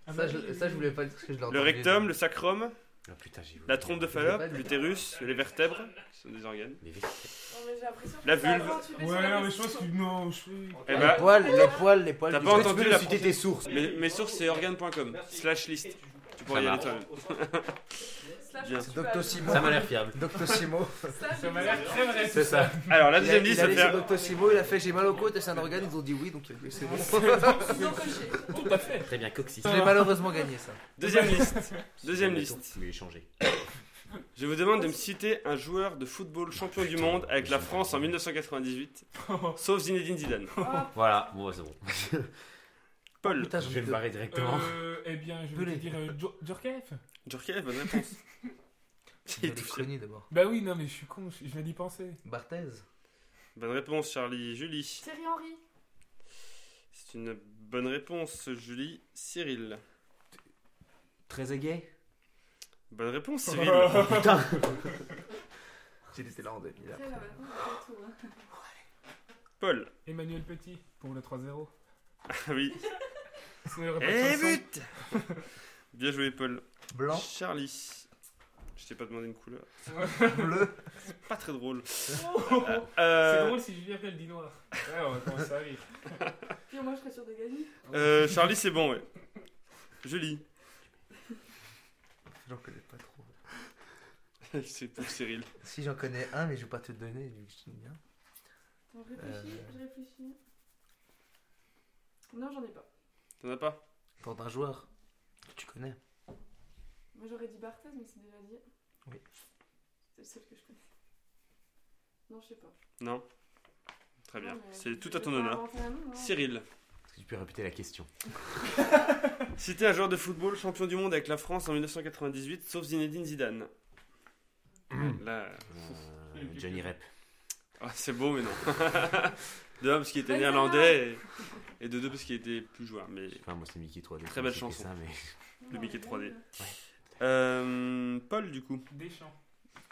Speaker 4: Ah,
Speaker 5: Ça
Speaker 4: bah,
Speaker 5: je, ça, je voulais pas le dire parce que
Speaker 1: Ah,
Speaker 5: je l'ai
Speaker 2: le
Speaker 5: entendu.
Speaker 2: rectum, le sacrum,
Speaker 7: Oh, putain, j'ai
Speaker 2: la trompe de
Speaker 5: J'ai pas
Speaker 2: Fallope,
Speaker 5: dit.
Speaker 2: l'utérus, les vertèbres, ce sont des organes.
Speaker 7: Mais vite.
Speaker 1: Non, mais j'ai l'impression que
Speaker 2: La
Speaker 1: tu l'as
Speaker 2: vulve.
Speaker 1: aventuré sur
Speaker 4: Ouais,
Speaker 1: la
Speaker 4: non, mais je pense que.
Speaker 1: question.
Speaker 4: Non, je suis.
Speaker 2: Eh
Speaker 5: Les
Speaker 2: ben,
Speaker 5: poils, les poils, les poils.
Speaker 2: T'as
Speaker 5: du-
Speaker 2: pas
Speaker 5: Est-ce que
Speaker 2: entendu
Speaker 5: tu peux
Speaker 2: la
Speaker 5: nous citer tes sources.
Speaker 2: mes, mes sources, c'est organe.com, slash list. Tu pourras
Speaker 7: Ça
Speaker 2: y aller
Speaker 7: marche.
Speaker 2: toi-même.
Speaker 1: Slash,
Speaker 2: Bien.
Speaker 1: tu
Speaker 5: C'est
Speaker 1: vas-
Speaker 5: Doctissimo.
Speaker 7: Ça m'a l'air fiable.
Speaker 5: Doctissimo.
Speaker 1: Slash,
Speaker 4: Ça m'a l'air très vrai.
Speaker 7: C'est ça.
Speaker 2: Alors, la
Speaker 5: Il a-
Speaker 2: deuxième liste,
Speaker 5: il
Speaker 2: ça
Speaker 5: allait
Speaker 2: fait.
Speaker 5: sur Doctissimo, il a fait j'ai mal aux côtes et c'est un organe, ils ont dit oui donc euh, c'est bon.
Speaker 1: Ils ont coché.
Speaker 4: Tout à fait.
Speaker 7: Très bien, coccyx.
Speaker 5: J'ai malheureusement gagné ça.
Speaker 2: Deuxième liste. Deuxième
Speaker 7: Tourne,
Speaker 2: liste.
Speaker 7: Tu voulais changer.
Speaker 2: Je vous demande de me citer un joueur de football champion du monde avec la France en 1998, sauf Zinedine Zidane.
Speaker 1: Ah,
Speaker 7: Voilà, bon, bah, c'est bon.
Speaker 2: Paul.
Speaker 5: Putain,
Speaker 7: Je
Speaker 5: j'en
Speaker 7: vais
Speaker 5: ai
Speaker 7: le
Speaker 5: deux.
Speaker 7: barrer directement.
Speaker 4: Euh, eh bien, je vais
Speaker 5: Pelé.
Speaker 4: te dire euh, Jo- Djorkaeff.
Speaker 2: Djorkaeff, bonne réponse.
Speaker 5: Je
Speaker 2: Il est
Speaker 5: l'ai
Speaker 2: touché.
Speaker 5: connu d'abord.
Speaker 4: Bah oui, non, mais je suis con, je je viens d'y penser.
Speaker 5: Barthez.
Speaker 2: Bonne réponse, Charlie. Julie.
Speaker 1: Thierry Henry.
Speaker 2: C'est une bonne réponse, Julie. Cyril.
Speaker 7: Très aigué
Speaker 2: Bonne réponse, Cyril.
Speaker 7: Putain
Speaker 5: J'ai laissé là en demi là.
Speaker 1: Thierry, ouais, c'est tout, hein.
Speaker 2: Paul.
Speaker 4: Emmanuel Petit pour le 3-0.
Speaker 2: Ah oui.
Speaker 4: Sinon, il y aurait pas de
Speaker 2: Et
Speaker 4: chanson.
Speaker 2: Eh, but Bien joué, Paul.
Speaker 5: Blanc,
Speaker 2: Charlie. Je t'ai pas demandé une couleur.
Speaker 5: bleu.
Speaker 2: Pas très drôle.
Speaker 4: Oh,
Speaker 2: Euh,
Speaker 4: C'est drôle si Julien fait le dit noir. Ouais, on va commencer à rire.
Speaker 1: Puis moi, je serais sûre de gagner.
Speaker 2: euh, Charlie, c'est bon, ouais. Julie.
Speaker 5: J'en connais pas trop.
Speaker 2: c'est pour Cyril.
Speaker 5: Si j'en connais un, mais je vais pas te le hein. donner, vu que je t'aime bien.
Speaker 1: Attends, je réfléchis,
Speaker 5: Euh.
Speaker 1: je réfléchis. Non, j'en ai pas.
Speaker 2: T'en as pas
Speaker 5: Tant d'un joueur que tu connais.
Speaker 1: Moi j'aurais dit Barthez, mais c'est déjà dit.
Speaker 5: Oui.
Speaker 1: C'est le seul que je connais. Non, je sais pas.
Speaker 2: Non Très bien,
Speaker 1: Non, mais
Speaker 2: c'est
Speaker 1: je-
Speaker 2: tout
Speaker 1: je
Speaker 2: à ton
Speaker 1: vais pas
Speaker 2: honneur.
Speaker 1: inventer un nom, hein.
Speaker 2: Cyril,
Speaker 7: Est-ce que tu peux répéter la question
Speaker 2: si t'es un joueur de football champion du monde avec la France en 1998, sauf Zinedine Zidane.
Speaker 5: Hmm.
Speaker 2: Là,
Speaker 7: Euh, Johnny Rep.
Speaker 2: ah, c'est beau, mais non. de un, parce qu'il était
Speaker 1: Ouais,
Speaker 2: néerlandais, et, et de deux, parce qu'il était plus joueur. Mais
Speaker 7: Enfin, moi, c'est Mickey 3D.
Speaker 2: Très belle
Speaker 7: c'était
Speaker 2: chanson.
Speaker 7: Ça, mais...
Speaker 1: Non,
Speaker 2: le Mickey
Speaker 1: mais
Speaker 2: 3D.
Speaker 1: même.
Speaker 2: Euh, Paul, du coup,
Speaker 4: Deschamps.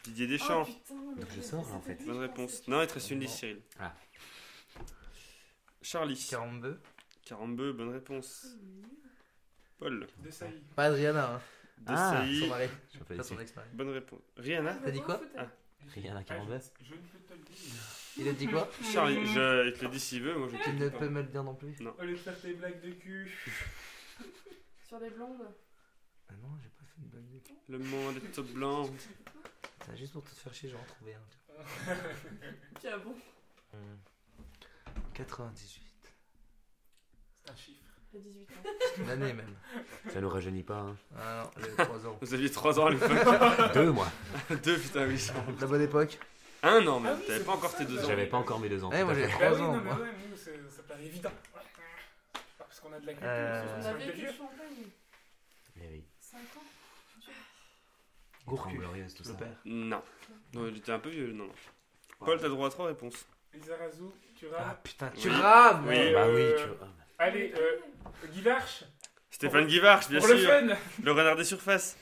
Speaker 2: Didier
Speaker 1: Oh,
Speaker 2: Deschamps.
Speaker 1: putain, mais
Speaker 7: Donc, je
Speaker 1: ouais,
Speaker 7: sors,
Speaker 1: ça,
Speaker 7: en fait.
Speaker 1: c'était
Speaker 2: hein. Bonne
Speaker 1: lui,
Speaker 2: réponse.
Speaker 1: c'est-
Speaker 2: Non, il te reste une liste, Cyril.
Speaker 7: Ah.
Speaker 2: Charlie.
Speaker 5: 42.
Speaker 2: Carambeu, bonne réponse. Paul.
Speaker 4: De Sailly.
Speaker 5: Pas Adriana, hein.
Speaker 7: Ah,
Speaker 2: Desailly,
Speaker 5: Son mari.
Speaker 7: Je suis pas
Speaker 5: Pas
Speaker 7: déçu.
Speaker 5: son ex-mari.
Speaker 2: bonne réponse. Rihanna.
Speaker 5: T'as dit quoi
Speaker 1: Ah,
Speaker 7: Rien à Carambeu.
Speaker 4: Je je ne peux pas le dire.
Speaker 5: Il a dit quoi
Speaker 2: Charlie, je, il te le dis s'il veut, moi je
Speaker 5: Tu
Speaker 2: le
Speaker 5: ne
Speaker 2: dis pas.
Speaker 5: peux me le dire non plus
Speaker 4: Au lieu de faire tes blagues de cul.
Speaker 1: Sur des blondes.
Speaker 5: Ah non, j'ai pas fait une blague de cul.
Speaker 2: Le monde est au blanc.
Speaker 5: Putain, Juste pour te faire chier, j'en trouvais un. tu
Speaker 1: Puis ah bon,
Speaker 5: vois. 98.
Speaker 4: C'est un chiffre.
Speaker 1: à 18 ans.
Speaker 5: L'année même.
Speaker 7: Ça nous rajeunit pas. Hein.
Speaker 5: Ah non, j'avais 3 ans.
Speaker 2: Vous aviez 3 ans à l'époque.
Speaker 7: Deux, moi.
Speaker 2: 2, putain, oui.
Speaker 5: La bonne époque.
Speaker 2: Un an
Speaker 4: Ah
Speaker 2: même,
Speaker 4: oui,
Speaker 2: t'avais
Speaker 4: c'est
Speaker 2: pas
Speaker 4: pour
Speaker 2: encore
Speaker 4: ça,
Speaker 2: tes 2 ans.
Speaker 7: J'avais pas encore mes deux ans.
Speaker 5: Eh,
Speaker 7: tout
Speaker 5: moi,
Speaker 7: à
Speaker 5: j'ai-
Speaker 7: fait.
Speaker 5: Trois
Speaker 4: Ah oui,
Speaker 5: ans,
Speaker 4: non, mais
Speaker 5: moi.
Speaker 4: ouais, nous, c'est- ça paraît évident. Parce qu'on a de la culture.
Speaker 5: Euh,
Speaker 4: c'est-
Speaker 1: On
Speaker 4: c'est
Speaker 1: a
Speaker 4: un peu
Speaker 1: vécu
Speaker 4: vieux.
Speaker 1: le champagne.
Speaker 7: Eh oui.
Speaker 1: 5 ans.
Speaker 7: Les
Speaker 5: Gourcule.
Speaker 7: Trente Glorieuses, tout
Speaker 5: Le
Speaker 7: ça.
Speaker 5: père.
Speaker 2: Non. Non, il était un peu vieux, non. non.
Speaker 7: Ouais.
Speaker 2: Paul, t'as droit à 3 réponses.
Speaker 4: Les Arazou, tu
Speaker 5: Ah
Speaker 4: rames.
Speaker 5: putain,
Speaker 2: Oui.
Speaker 5: tu raves
Speaker 2: Oui.
Speaker 7: Bah oui,
Speaker 4: Euh,
Speaker 7: tu vois.
Speaker 4: Allez, euh, Guy Varche,
Speaker 2: Stéphane Guivarch, bien
Speaker 4: pour
Speaker 2: sûr.
Speaker 4: le fun.
Speaker 2: Le renard des surfaces.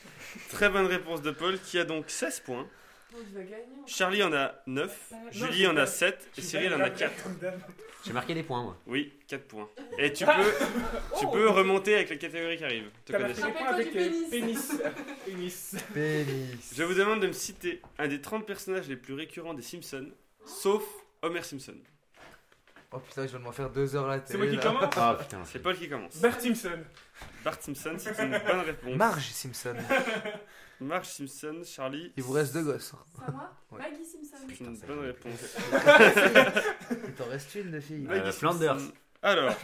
Speaker 2: Très bonne réponse de Paul qui a donc 16 points.
Speaker 1: Oh, tu vas gagner. en fait.
Speaker 2: Charlie en a 9,
Speaker 4: Euh, Non,
Speaker 2: Julie en a 7 et
Speaker 4: Tu
Speaker 2: Cyril
Speaker 4: vas
Speaker 2: en a
Speaker 4: graver
Speaker 2: 4.
Speaker 4: comme dame.
Speaker 7: J'ai marqué des points, moi.
Speaker 2: Oui, 4 points. Et tu peux, tu peux
Speaker 4: Oh.
Speaker 2: remonter avec la catégorie qui arrive. Te
Speaker 4: T'as
Speaker 2: connais.
Speaker 4: marqué des points
Speaker 1: Rappelle-toi
Speaker 4: avec
Speaker 1: du
Speaker 4: euh,
Speaker 1: pénis.
Speaker 4: pénis. Pénis.
Speaker 5: Pénis.
Speaker 2: Je vous demande de me citer un des 30 personnages les plus récurrents des Simpsons, sauf Homer Simpson.
Speaker 5: Oh putain, je viens de m'en faire 2 heures la télé.
Speaker 4: C'est moi qui
Speaker 5: là.
Speaker 4: commence.
Speaker 7: Ah putain.
Speaker 2: C'est Paul qui commence.
Speaker 4: Bert Simpson.
Speaker 2: Bart Simpson, c'est une bonne réponse.
Speaker 5: Marge Simpson.
Speaker 2: Marge Simpson, Charlie.
Speaker 5: Il vous reste deux gosses. hein.
Speaker 1: C'est à moi
Speaker 5: Ouais.
Speaker 1: Oh, Maggie Simpson.
Speaker 2: C'est une bonne réponse.
Speaker 5: Il t'en reste une de fille.
Speaker 7: Euh, Flanders.
Speaker 2: Simpson. Alors,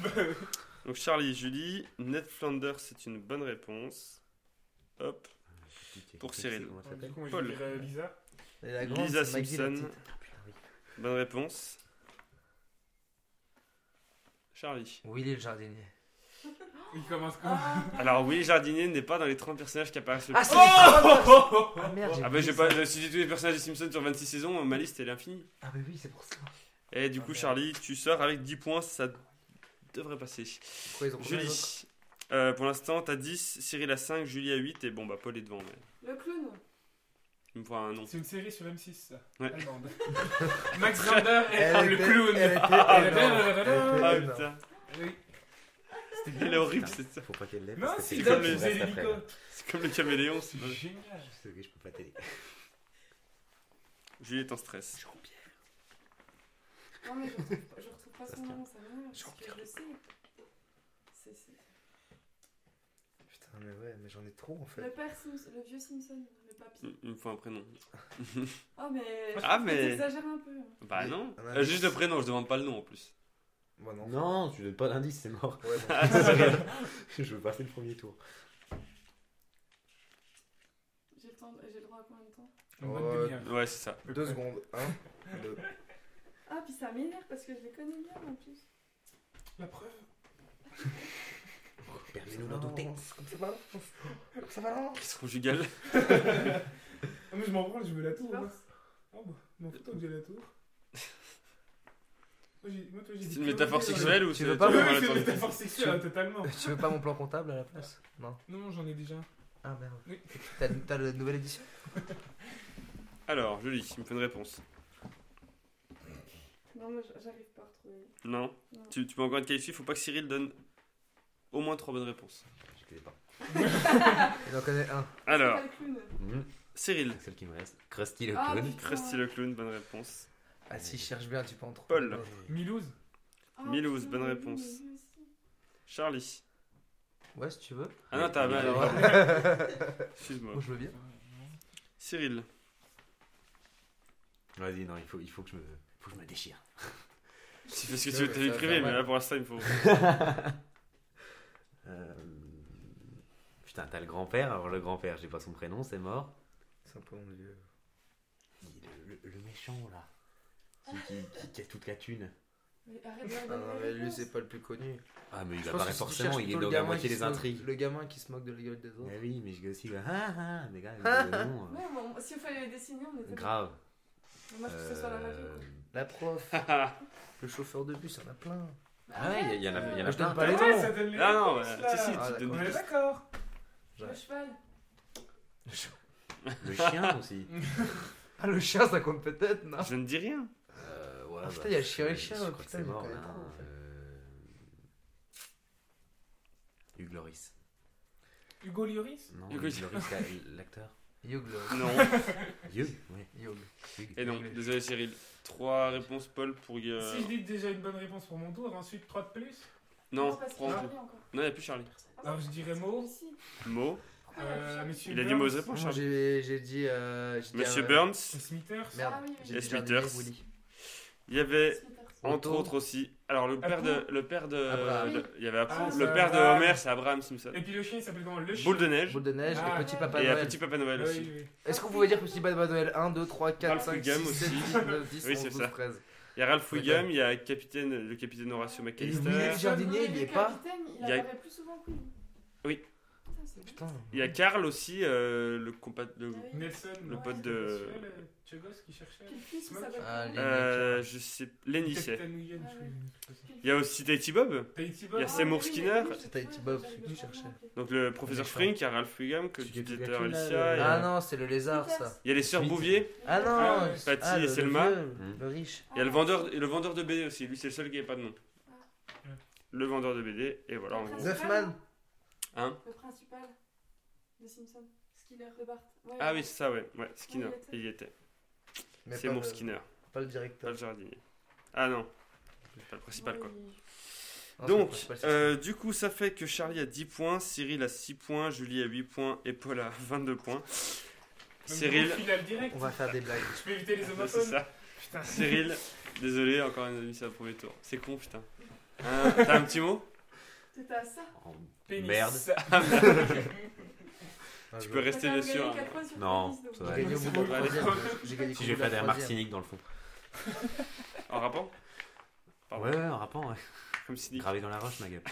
Speaker 2: donc Charlie, Julie, Ned Flanders, c'est une bonne réponse. Hop. Pour Cyril.
Speaker 7: Comment ça s'appelle
Speaker 4: Du coup, moi, je
Speaker 2: Paul.
Speaker 4: dirais Lisa.
Speaker 5: Et la grande,
Speaker 2: Lisa
Speaker 5: c'est Maggie, la
Speaker 2: Simpson.
Speaker 5: petite.
Speaker 2: Bonne réponse. Charlie.
Speaker 5: Willy le jardinier.
Speaker 4: Il commence comment
Speaker 1: Ah,
Speaker 2: Alors oui, Jardinier n'est pas dans les 30 personnages qui apparaissent le
Speaker 5: Ah,
Speaker 2: plus.
Speaker 5: c'est les trois gosses. Ah merde, j'ai
Speaker 2: Oh Ah bah
Speaker 5: oublié
Speaker 2: j'ai
Speaker 5: ça.
Speaker 2: pas j'ai cité tous les personnages des Simpsons sur 26 saisons, euh, ma liste elle est infinie.
Speaker 5: Ah bah oui, c'est pour ça.
Speaker 2: Et du
Speaker 5: Ah,
Speaker 2: coup
Speaker 5: merde.
Speaker 2: Charlie, tu sors avec 10 points, ça devrait passer.
Speaker 5: Pourquoi ils ont combien, les autres
Speaker 2: Julie, euh, pour l'instant t'as 10, Cyril à 5, Julie à 8 et bon bah Paul est devant mais
Speaker 1: le clown.
Speaker 2: il me faut un nom.
Speaker 4: C'est une série sur M6, ça.
Speaker 2: Ouais.
Speaker 4: Allemande. Max Zander
Speaker 5: Elle
Speaker 4: et le
Speaker 5: était-
Speaker 4: clown.
Speaker 5: elle était énorme.
Speaker 4: Ah,
Speaker 2: Ah
Speaker 5: Elle est énorme.
Speaker 2: putain,
Speaker 4: Oui.
Speaker 2: elle est horrible cette
Speaker 7: Faut pas qu'elle lève.
Speaker 4: Non,
Speaker 7: parce que
Speaker 4: si,
Speaker 7: c'est
Speaker 4: Dan
Speaker 7: comme le
Speaker 4: faisait
Speaker 7: reste
Speaker 4: l'hélico.
Speaker 7: après.
Speaker 2: C'est comme le caméléon. c'est
Speaker 4: C'est
Speaker 2: vrai.
Speaker 4: génial.
Speaker 7: Je sais que je peux pas t'aider.
Speaker 2: Julie est en stress.
Speaker 1: Non, mais je retrouve pas, je retrouve pas son nom, ça m'énerve. parce
Speaker 5: Je
Speaker 1: que
Speaker 5: retire.
Speaker 1: Je le sais. C'est- c'est-
Speaker 5: Putain, mais ouais, mais j'en ai trop en
Speaker 1: Le
Speaker 5: fait.
Speaker 1: père Simpson, le vieux Simpson, le papy.
Speaker 2: Il il me faut un prénom.
Speaker 1: Oh, mais.
Speaker 2: Mm. Ah, mais-
Speaker 1: J'exagère un peu. hein.
Speaker 2: Bah
Speaker 5: Oui,
Speaker 2: non,
Speaker 5: un
Speaker 2: Euh,
Speaker 5: indice.
Speaker 2: juste le prénom, je demande pas le nom en plus.
Speaker 5: Bon, non.
Speaker 7: Non, tu donnes pas d'indice, c'est mort.
Speaker 5: Ouais, bon.
Speaker 7: je veux passer le premier tour.
Speaker 1: J'ai le, temps de- j'ai le droit à combien de temps
Speaker 4: Une bonne
Speaker 5: Ouais.
Speaker 4: demi-heure.
Speaker 2: Ouais c'est ça.
Speaker 5: Deux secondes. Un, deux.
Speaker 1: Ah, puis ça m'énerve parce que je les connais bien en plus.
Speaker 4: La preuve.
Speaker 7: Permets-nous d'en douter.
Speaker 5: Comme ça balance. Comme ça balance.
Speaker 2: Crise conjugale.
Speaker 4: Ah, mais je m'en branle, je veux la tour. moi.
Speaker 1: Divorce.
Speaker 4: Ah bah, m'en fous tant que j'ai la tour. Moi, j'ai- moi, toi, j'ai
Speaker 2: C'est
Speaker 4: dit
Speaker 2: une
Speaker 4: que-
Speaker 2: métaphore
Speaker 4: Ouais,
Speaker 2: sexuelle ou
Speaker 5: Tu
Speaker 2: c'est
Speaker 5: veux
Speaker 2: tu
Speaker 5: pas
Speaker 4: ouais,
Speaker 2: veux
Speaker 4: ouais.
Speaker 5: me-
Speaker 4: Oui,
Speaker 2: la
Speaker 4: oui, c'est une
Speaker 2: tourner
Speaker 4: métaphore sexuelle, hein, totalement.
Speaker 5: Euh, Tu veux pas mon plan comptable à la place Non.
Speaker 4: Non, j'en ai déjà. un.
Speaker 5: Ah merde.
Speaker 4: Oui.
Speaker 5: T'as t'as la nouvelle édition
Speaker 2: Alors Julie, il me faut une réponse.
Speaker 1: Non, moi j'- j'arrive pas à retrouver.
Speaker 2: Non
Speaker 1: Non.
Speaker 2: Tu, tu peux encore être qualifié, faut pas que Cyril donne au moins trois bonnes réponses.
Speaker 7: Je connais pas.
Speaker 5: Il en connaît un.
Speaker 1: C'est
Speaker 2: Alors,
Speaker 1: pas le clown.
Speaker 7: Mmh.
Speaker 2: Celle
Speaker 7: Celle qui me reste. Krusty le
Speaker 1: Ah,
Speaker 7: clown.
Speaker 1: putain.
Speaker 2: Krusty le clown, bonne réponse.
Speaker 5: Ah si, je cherche bien, tu peux en trouver.
Speaker 2: Paul.
Speaker 4: Milouz.
Speaker 1: Ah,
Speaker 2: Milouz,
Speaker 1: putain,
Speaker 2: bonne
Speaker 1: mais oui,
Speaker 2: réponse.
Speaker 1: mais lui aussi.
Speaker 2: Charlie.
Speaker 5: Ouais, si tu veux.
Speaker 2: Ah non, t'as
Speaker 7: Oui.
Speaker 2: mal.
Speaker 5: Alors, euh,
Speaker 2: alors. Excuse-moi.
Speaker 5: moi je veux bien.
Speaker 2: Cyril.
Speaker 7: Vas-y, non, il faut, il faut que je me, faut que je me déchire.
Speaker 2: Tu fais ce que tu veux de ta vie
Speaker 5: Ça va
Speaker 2: privée,
Speaker 5: faire
Speaker 2: mais
Speaker 5: mal.
Speaker 2: là pour l'instant il me faut.
Speaker 7: Euh, Putain, t'as le grand-père, alors le grand-père, j'ai pas son prénom, c'est mort.
Speaker 5: C'est un peu mon vieux.
Speaker 7: Le, le- le méchant, là. Qui, qui, qui- qui a toute la thune.
Speaker 1: Mais arrête de
Speaker 5: Ah
Speaker 1: regarder
Speaker 5: non,
Speaker 1: les
Speaker 5: mais lui,
Speaker 1: réponses.
Speaker 5: c'est pas le plus connu.
Speaker 7: Ah, mais il
Speaker 5: Je pense
Speaker 7: apparaît
Speaker 5: que si tu
Speaker 7: forcément,
Speaker 5: cherches
Speaker 7: il est
Speaker 5: plutôt le
Speaker 7: dans la
Speaker 5: gamin
Speaker 7: moitié
Speaker 5: qui
Speaker 7: des
Speaker 5: se moque-
Speaker 7: intrigues.
Speaker 5: Le gamin qui se moque de la gueule des autres.
Speaker 7: Mais oui, mais je gueule aussi, ah ah, mais gars, le nom,
Speaker 5: ah.
Speaker 1: Ouais, mais on- si on fallait les dessiner, on
Speaker 7: euh,
Speaker 1: était.
Speaker 7: grave.
Speaker 1: Moi, je trouve que ce soit la magie.
Speaker 7: Euh,
Speaker 5: La prof, le chauffeur de bus, il y en a plein.
Speaker 7: Ah ouais, il y, en a, il y en
Speaker 5: Ah,
Speaker 7: a
Speaker 5: je donne
Speaker 7: plein.
Speaker 5: pas les
Speaker 4: ouais,
Speaker 5: noms.
Speaker 4: ça donne les
Speaker 2: Non, non,
Speaker 4: réponses,
Speaker 2: bah,
Speaker 4: là.
Speaker 2: si, si,
Speaker 5: Ah,
Speaker 2: tu te
Speaker 4: On
Speaker 2: donnes
Speaker 4: est
Speaker 2: tous.
Speaker 4: d'accord.
Speaker 1: Le cheval.
Speaker 7: Le chien aussi.
Speaker 5: Ah, le chien, ça compte peut-être, non
Speaker 2: Je ne dis rien.
Speaker 7: Euh, ouais,
Speaker 5: Ah,
Speaker 7: bah,
Speaker 5: putain, il y a le chien et le
Speaker 7: je-
Speaker 5: chien,
Speaker 7: je crois
Speaker 5: putain,
Speaker 7: que c'est
Speaker 5: il
Speaker 7: mort,
Speaker 5: connaît
Speaker 7: là,
Speaker 5: trop, en fait.
Speaker 7: euh, Hugh Loris.
Speaker 4: Hugo Lloris
Speaker 7: Non,
Speaker 2: Hugh
Speaker 7: Hugh
Speaker 2: Loris.
Speaker 7: Loris, la- l'acteur.
Speaker 5: Yogle.
Speaker 2: Non.
Speaker 7: Hugh Oui.
Speaker 5: Yogle.
Speaker 7: Hugh.
Speaker 2: Et donc, désolé Cyril. Trois réponses, Paul, pour. euh,
Speaker 4: Si je dis déjà une bonne réponse pour mon tour, ensuite 3 de plus.
Speaker 2: Non,
Speaker 1: parce qu'il
Speaker 2: prends
Speaker 1: y a
Speaker 2: tout.
Speaker 1: Charlie encore.
Speaker 5: Ah,
Speaker 2: Non, il n'y a plus Charlie.
Speaker 4: Alors je dirais Mo.
Speaker 1: Si.
Speaker 2: Mo.
Speaker 1: Pourquoi il y a plus
Speaker 4: Euh,
Speaker 1: Charlie
Speaker 4: Monsieur
Speaker 2: Il a dit
Speaker 4: Burns,
Speaker 2: mauvaise réponse,
Speaker 5: Moi,
Speaker 2: Charlie.
Speaker 5: j'ai j'ai dit. euh, j'ai dit,
Speaker 2: Monsieur
Speaker 5: euh,
Speaker 2: Burns.
Speaker 4: Smithers.
Speaker 5: Merde.
Speaker 1: Ah oui, oui.
Speaker 5: j'ai
Speaker 2: Les
Speaker 5: dit Charlie
Speaker 2: Smithers.
Speaker 5: Woody.
Speaker 2: Il y avait,
Speaker 1: Smithers.
Speaker 2: entre
Speaker 5: Otto.
Speaker 2: autres aussi. Alors, le père de. Le père de.
Speaker 5: Abraham.
Speaker 2: le- Il y avait
Speaker 4: Ah,
Speaker 2: le
Speaker 4: c'est
Speaker 2: père de
Speaker 4: Abraham.
Speaker 2: Homer, c'est Abraham Simpson.
Speaker 4: Et puis le chien, il s'appelle comment Le chien.
Speaker 2: Boule de neige.
Speaker 5: Boule de neige,
Speaker 4: Ah.
Speaker 5: le petit papa
Speaker 2: Et un
Speaker 5: Noël.
Speaker 2: petit Papa Noël
Speaker 4: Ah oui,
Speaker 2: aussi.
Speaker 4: oui.
Speaker 5: Est-ce que vous pouvez dire petit papa Noël 1, 2, 3, 4,
Speaker 2: Ralph
Speaker 5: 5, 6,
Speaker 2: Wiggum
Speaker 5: 7,
Speaker 2: aussi.
Speaker 5: 8, 9, 10,
Speaker 2: Oui,
Speaker 5: 11,
Speaker 2: c'est
Speaker 5: 12,
Speaker 2: ça.
Speaker 5: 13.
Speaker 2: Il y a Ralph
Speaker 5: Ouais,
Speaker 2: Wiggum, il y a capitaine, le capitaine Horatio
Speaker 5: William
Speaker 2: McAllister.
Speaker 5: Jardinier,
Speaker 1: Jardinier,
Speaker 5: il y est
Speaker 1: le
Speaker 5: pas.
Speaker 1: capitaine, Il
Speaker 2: Il y a-
Speaker 1: apparaît plus souvent que lui.
Speaker 2: Oui.
Speaker 1: Putain, c'est bon.
Speaker 5: Putain.
Speaker 2: Il y a Carl aussi, euh, le compa- le-
Speaker 1: Ah oui.
Speaker 4: Nelson.
Speaker 2: Le
Speaker 4: ouais,
Speaker 2: pote
Speaker 4: c'est
Speaker 2: de-
Speaker 4: celui-là, le Chagos qui cherchait.
Speaker 1: Puis le fils, il
Speaker 4: Smoke.
Speaker 1: s'appelle
Speaker 5: Ah,
Speaker 1: comment
Speaker 5: les-
Speaker 2: euh, je sais, Lenny c'est.
Speaker 4: Captain William,
Speaker 1: Ah
Speaker 4: je
Speaker 1: ouais.
Speaker 4: crois.
Speaker 2: Il y a aussi Tahiti Bob,
Speaker 4: Tahiti
Speaker 2: Il y
Speaker 4: Bob.
Speaker 2: a Seymour Skinner.
Speaker 5: C'était Tahiti Bob, c'est qui cherchait.
Speaker 2: donc le professeur
Speaker 5: Méchant.
Speaker 2: Frink, il y a Ralph Wiggum, que
Speaker 7: Tu dis
Speaker 2: tu
Speaker 7: tout
Speaker 2: disais tout à
Speaker 7: la
Speaker 2: l'heure,
Speaker 7: thune, là,
Speaker 2: Alicia,
Speaker 7: le-
Speaker 2: il y a-
Speaker 5: Ah non, c'est le lézard, ça.
Speaker 2: Il y a les sœurs
Speaker 7: Suite.
Speaker 2: Bouvier,
Speaker 5: Ah
Speaker 4: Ah
Speaker 5: non
Speaker 4: ouais.
Speaker 5: c'est-
Speaker 2: Patty et
Speaker 5: le-
Speaker 2: Selma.
Speaker 5: Le, vieux,
Speaker 7: Hmm.
Speaker 5: le riche.
Speaker 2: il y a le vendeur, et le vendeur de BD aussi, lui c'est le seul qui n'avait pas de nom. Le vendeur de BD, et voilà en gros.
Speaker 5: Zefman.
Speaker 2: Hein
Speaker 1: Le principal de Simpson. Skinner. De Bart. Ouais,
Speaker 2: Ah oui, c'est ça, ouais, ouais Skinner,
Speaker 1: Ouais, il était.
Speaker 2: il y était.
Speaker 5: Mais
Speaker 2: C'est
Speaker 5: pas
Speaker 2: mon
Speaker 5: le-
Speaker 2: Skinner,
Speaker 5: Pas le
Speaker 2: pas
Speaker 5: directeur.
Speaker 2: le jardinier. Ah non, pas le principal quoi.
Speaker 1: Ouais, il-
Speaker 5: Non, c'est le
Speaker 2: Donc,
Speaker 5: principal, c'est-
Speaker 2: euh, du coup, ça fait que Charlie a 10 points, Cyril a 6 points, Julie a 8 points et Paul a 22 points. Cyril,
Speaker 4: Je le direct.
Speaker 5: On va faire des blagues.
Speaker 4: Je peux éviter les
Speaker 2: Ouais, Ah, c'est
Speaker 4: homophones.
Speaker 2: ça.
Speaker 4: Putain.
Speaker 2: Cyril, désolé, encore une demi, c'est le premier tour. C'est con, putain. Hein, T'as un petit mot
Speaker 1: T'étais à ça.
Speaker 7: En-
Speaker 4: Pénis.
Speaker 7: Merde.
Speaker 5: Un
Speaker 2: Tu
Speaker 5: jour.
Speaker 2: peux rester
Speaker 1: T'as gagné
Speaker 2: dessus. hein.
Speaker 1: quatre points sur
Speaker 7: Non,
Speaker 1: ta liste,
Speaker 7: ça
Speaker 1: donc.
Speaker 5: J'ai gagné au bout
Speaker 7: va
Speaker 5: de la
Speaker 2: Allez.
Speaker 5: troisième. J'ai gagné
Speaker 7: Si
Speaker 5: au
Speaker 7: je vais
Speaker 5: bout de la
Speaker 7: faire des remarques
Speaker 5: troisième.
Speaker 7: cyniques dans le fond.
Speaker 2: En rapport Pardon.
Speaker 7: Ouais, ouais, un rapport, ouais.
Speaker 2: Comme cynique.
Speaker 7: Gravé dans la roche, ma gueule.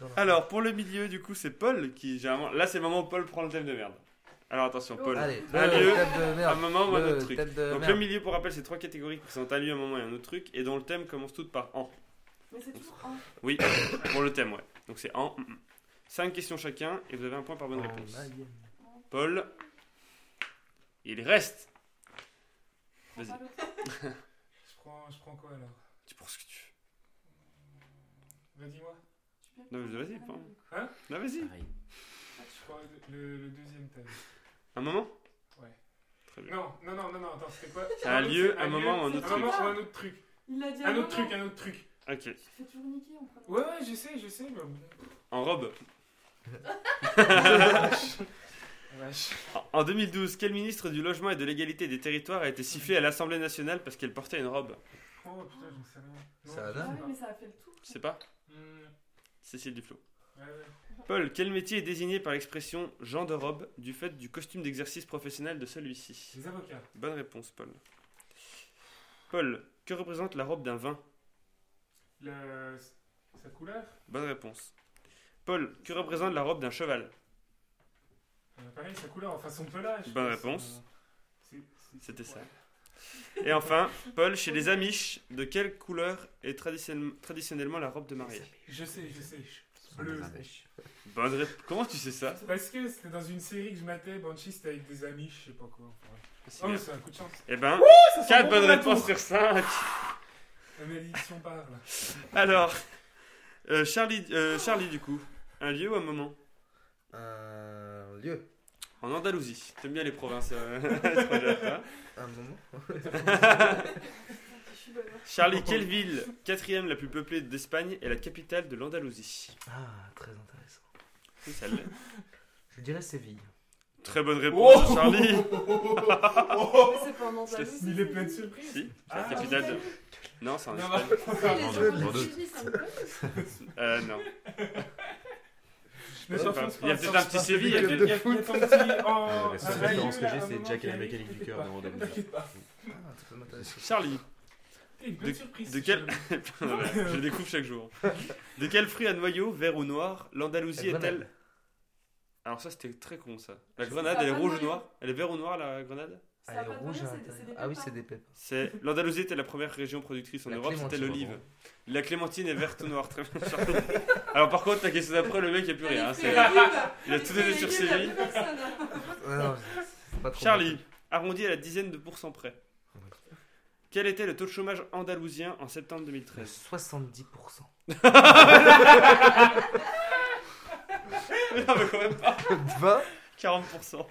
Speaker 5: Dans la-
Speaker 2: Alors, pour le milieu, du coup, c'est Paul qui, généralement. Là, c'est le moment où Paul prend le thème de merde. Alors, attention, Paul.
Speaker 5: Allez, le
Speaker 2: Allez, eux.
Speaker 5: tête de
Speaker 2: Un
Speaker 5: merde.
Speaker 2: moment ou un
Speaker 5: Le
Speaker 2: autre truc.
Speaker 5: tête de
Speaker 2: Donc, le
Speaker 5: merde.
Speaker 2: milieu, pour rappel, c'est trois catégories qui sont un lieu, un moment et un autre truc, et dont le thème commence toutes par en.
Speaker 1: Mais c'est toujours un.
Speaker 2: Oui, pour le thème, ouais. Donc c'est en. 5 questions chacun et vous avez un point
Speaker 5: Oh,
Speaker 2: par bonne
Speaker 5: Ah,
Speaker 2: réponse. Paul, il reste. Vas-y,
Speaker 1: Ah, l'autre.
Speaker 4: Je prends, je prends quoi alors
Speaker 2: tu prends ce que tu
Speaker 4: Vas-y moi.
Speaker 1: Tu peux-
Speaker 2: veux. Non, mais vas-y,
Speaker 1: Ah,
Speaker 2: prends.
Speaker 1: mais-
Speaker 2: Non, vas-y.
Speaker 7: Pareil.
Speaker 4: Je prends le, le- le deuxième thème.
Speaker 2: Un moment
Speaker 4: Ouais.
Speaker 2: Très bien.
Speaker 4: Non, non, non, non, non, attends, c'était quoi
Speaker 2: Un lieu, un moment ou un
Speaker 4: un
Speaker 2: autre
Speaker 1: c'est
Speaker 2: truc.
Speaker 4: moment
Speaker 1: truc.
Speaker 4: ou un autre truc.
Speaker 1: Il l'a dit à
Speaker 4: Un
Speaker 1: maman.
Speaker 4: autre truc, un autre truc.
Speaker 2: Ok.
Speaker 1: Tu te fais toujours niquer en prenant.
Speaker 4: Ouais, ouais, je sais, je sais. Mais...
Speaker 2: En robe.
Speaker 4: Vache.
Speaker 2: En- En 2012, quel ministre du logement et de l'égalité des territoires a été sifflé à l'Assemblée nationale parce qu'elle portait une robe
Speaker 4: Oh putain, j'en sais rien. Non,
Speaker 5: Ça
Speaker 4: je
Speaker 1: Ah
Speaker 5: va,
Speaker 4: sais
Speaker 1: oui,
Speaker 4: pas.
Speaker 1: mais ça a fait le tour.
Speaker 2: Je sais pas.
Speaker 4: Hmm,
Speaker 2: Cécile Duflo.
Speaker 4: ouais, ouais.
Speaker 2: Paul, quel métier est désigné par l'expression Jean de robe du fait du costume d'exercice professionnel de celui-ci
Speaker 4: Les avocats.
Speaker 2: Bonne réponse, Paul. Paul, que représente la robe d'un vin
Speaker 4: Le... Sa couleur
Speaker 2: Bonne réponse. Paul, que représente la robe d'un cheval
Speaker 4: Euh, Pareil, sa couleur, enfin son pelage.
Speaker 2: Bonne
Speaker 4: quoi,
Speaker 2: réponse.
Speaker 4: c'est- c'est-
Speaker 2: C'était ça.
Speaker 4: ouais.
Speaker 2: Et enfin, Paul, chez les Amish, de quelle couleur est traditionnel- traditionnellement la robe de mariée
Speaker 4: Je sais, je sais.
Speaker 7: Des
Speaker 4: Bleu.
Speaker 7: Amish.
Speaker 2: Bonne réponse. Comment tu sais ça
Speaker 4: Parce que c'était dans une série que je matais, Banshee, c'était avec des amis, je sais pas quoi. enfin, ouais.
Speaker 2: C'est
Speaker 4: Oh, mais
Speaker 2: bien.
Speaker 4: c'est un coup de chance.
Speaker 2: Eh ben,
Speaker 4: Ça sent
Speaker 2: 4
Speaker 4: bon
Speaker 2: bonnes
Speaker 4: pour la
Speaker 2: réponses
Speaker 4: tour.
Speaker 2: sur 5
Speaker 4: La malédiction parle.
Speaker 2: Alors, euh, Charlie, euh, Charlie, du coup, un lieu ou un moment
Speaker 5: Un lieu.
Speaker 2: En Andalousie. T'aimes bien les provinces euh, étrangères, hein
Speaker 5: Un moment.
Speaker 1: Je suis bonne.
Speaker 2: Charlie, quelle ville, quatrième la plus peuplée d'Espagne, est la capitale de l'Andalousie
Speaker 5: Ah, très intéressant.
Speaker 2: Oui, ça l'est.
Speaker 5: Je dirais Séville.
Speaker 2: Très bonne réponse, Charlie.
Speaker 1: Mais c'est pas en Andalousie,
Speaker 4: Il est
Speaker 1: c'est-
Speaker 4: plein de surprises.
Speaker 2: si, c'est la
Speaker 4: Ah,
Speaker 2: capitale de.
Speaker 1: oui.
Speaker 2: Non, c'est en
Speaker 4: Non,
Speaker 2: Espagne.
Speaker 1: Ah, les
Speaker 7: Non,
Speaker 1: gens
Speaker 7: non,
Speaker 1: de Russie, c'est un peu-
Speaker 2: Euh, non.
Speaker 4: Je me suis enfoncé
Speaker 2: Il y a
Speaker 4: par-
Speaker 2: peut-être un petit Séville, il y a
Speaker 4: Il y a-
Speaker 2: peut-être-
Speaker 4: il y a ton petit- oh,
Speaker 7: Euh, La
Speaker 4: un
Speaker 7: seule
Speaker 4: vrai
Speaker 7: référence
Speaker 4: lieu,
Speaker 7: que
Speaker 4: là,
Speaker 7: j'ai,
Speaker 4: un
Speaker 7: c'est
Speaker 4: moment
Speaker 7: Jack et
Speaker 4: qui
Speaker 7: la
Speaker 4: arrive.
Speaker 7: mécanique du cœur de Ronda Rousey.
Speaker 4: T'inquiète pas.
Speaker 5: Ah, ça peut m'intéresser.
Speaker 2: Charlie,
Speaker 4: Une
Speaker 2: De-
Speaker 4: bonne surprise.
Speaker 2: de quel- je les découvre chaque jour. De quel fruit à noyau, vert ou noir, l'Andalousie
Speaker 5: La
Speaker 2: est-elle
Speaker 5: grenade.
Speaker 2: Alors ça c'était très con ça. La
Speaker 1: Je sais
Speaker 2: grenade
Speaker 1: pas,
Speaker 2: elle est
Speaker 1: pas de
Speaker 2: rouge ou
Speaker 1: noyau.
Speaker 2: noire Elle est vert ou noire la grenade
Speaker 1: Ça
Speaker 5: Ah,
Speaker 1: a
Speaker 5: elle est
Speaker 1: pas de
Speaker 5: rouge à
Speaker 1: valeur, c'est-
Speaker 5: l'intérieur.
Speaker 1: c'est des
Speaker 5: Ah oui,
Speaker 1: pépins.
Speaker 5: c'est des pépins.
Speaker 2: C'est l'Andalousie était la première région productrice en
Speaker 5: La
Speaker 2: Europe, c'était
Speaker 5: clémentine,
Speaker 2: l'olive.
Speaker 5: pardon.
Speaker 2: La clémentine est verte ou noire, très bien. Charlie. Alors par contre la question d'après le mec il n'y a plus rien. hein,
Speaker 1: fait
Speaker 2: c'est-
Speaker 1: la pub.
Speaker 2: Il a
Speaker 1: fait
Speaker 2: tout donné
Speaker 1: la
Speaker 2: sur
Speaker 1: pub, il y a
Speaker 2: Séville.
Speaker 1: plus personne. hein.
Speaker 5: Ouais, non, c'est pas trop
Speaker 2: Charlie, arrondi à la dizaine de pourcents près. Quel était le taux de chômage andalousien en septembre
Speaker 5: bon.
Speaker 2: 2013
Speaker 5: 70%.
Speaker 2: Non mais quand même pas
Speaker 5: 20
Speaker 2: 40%.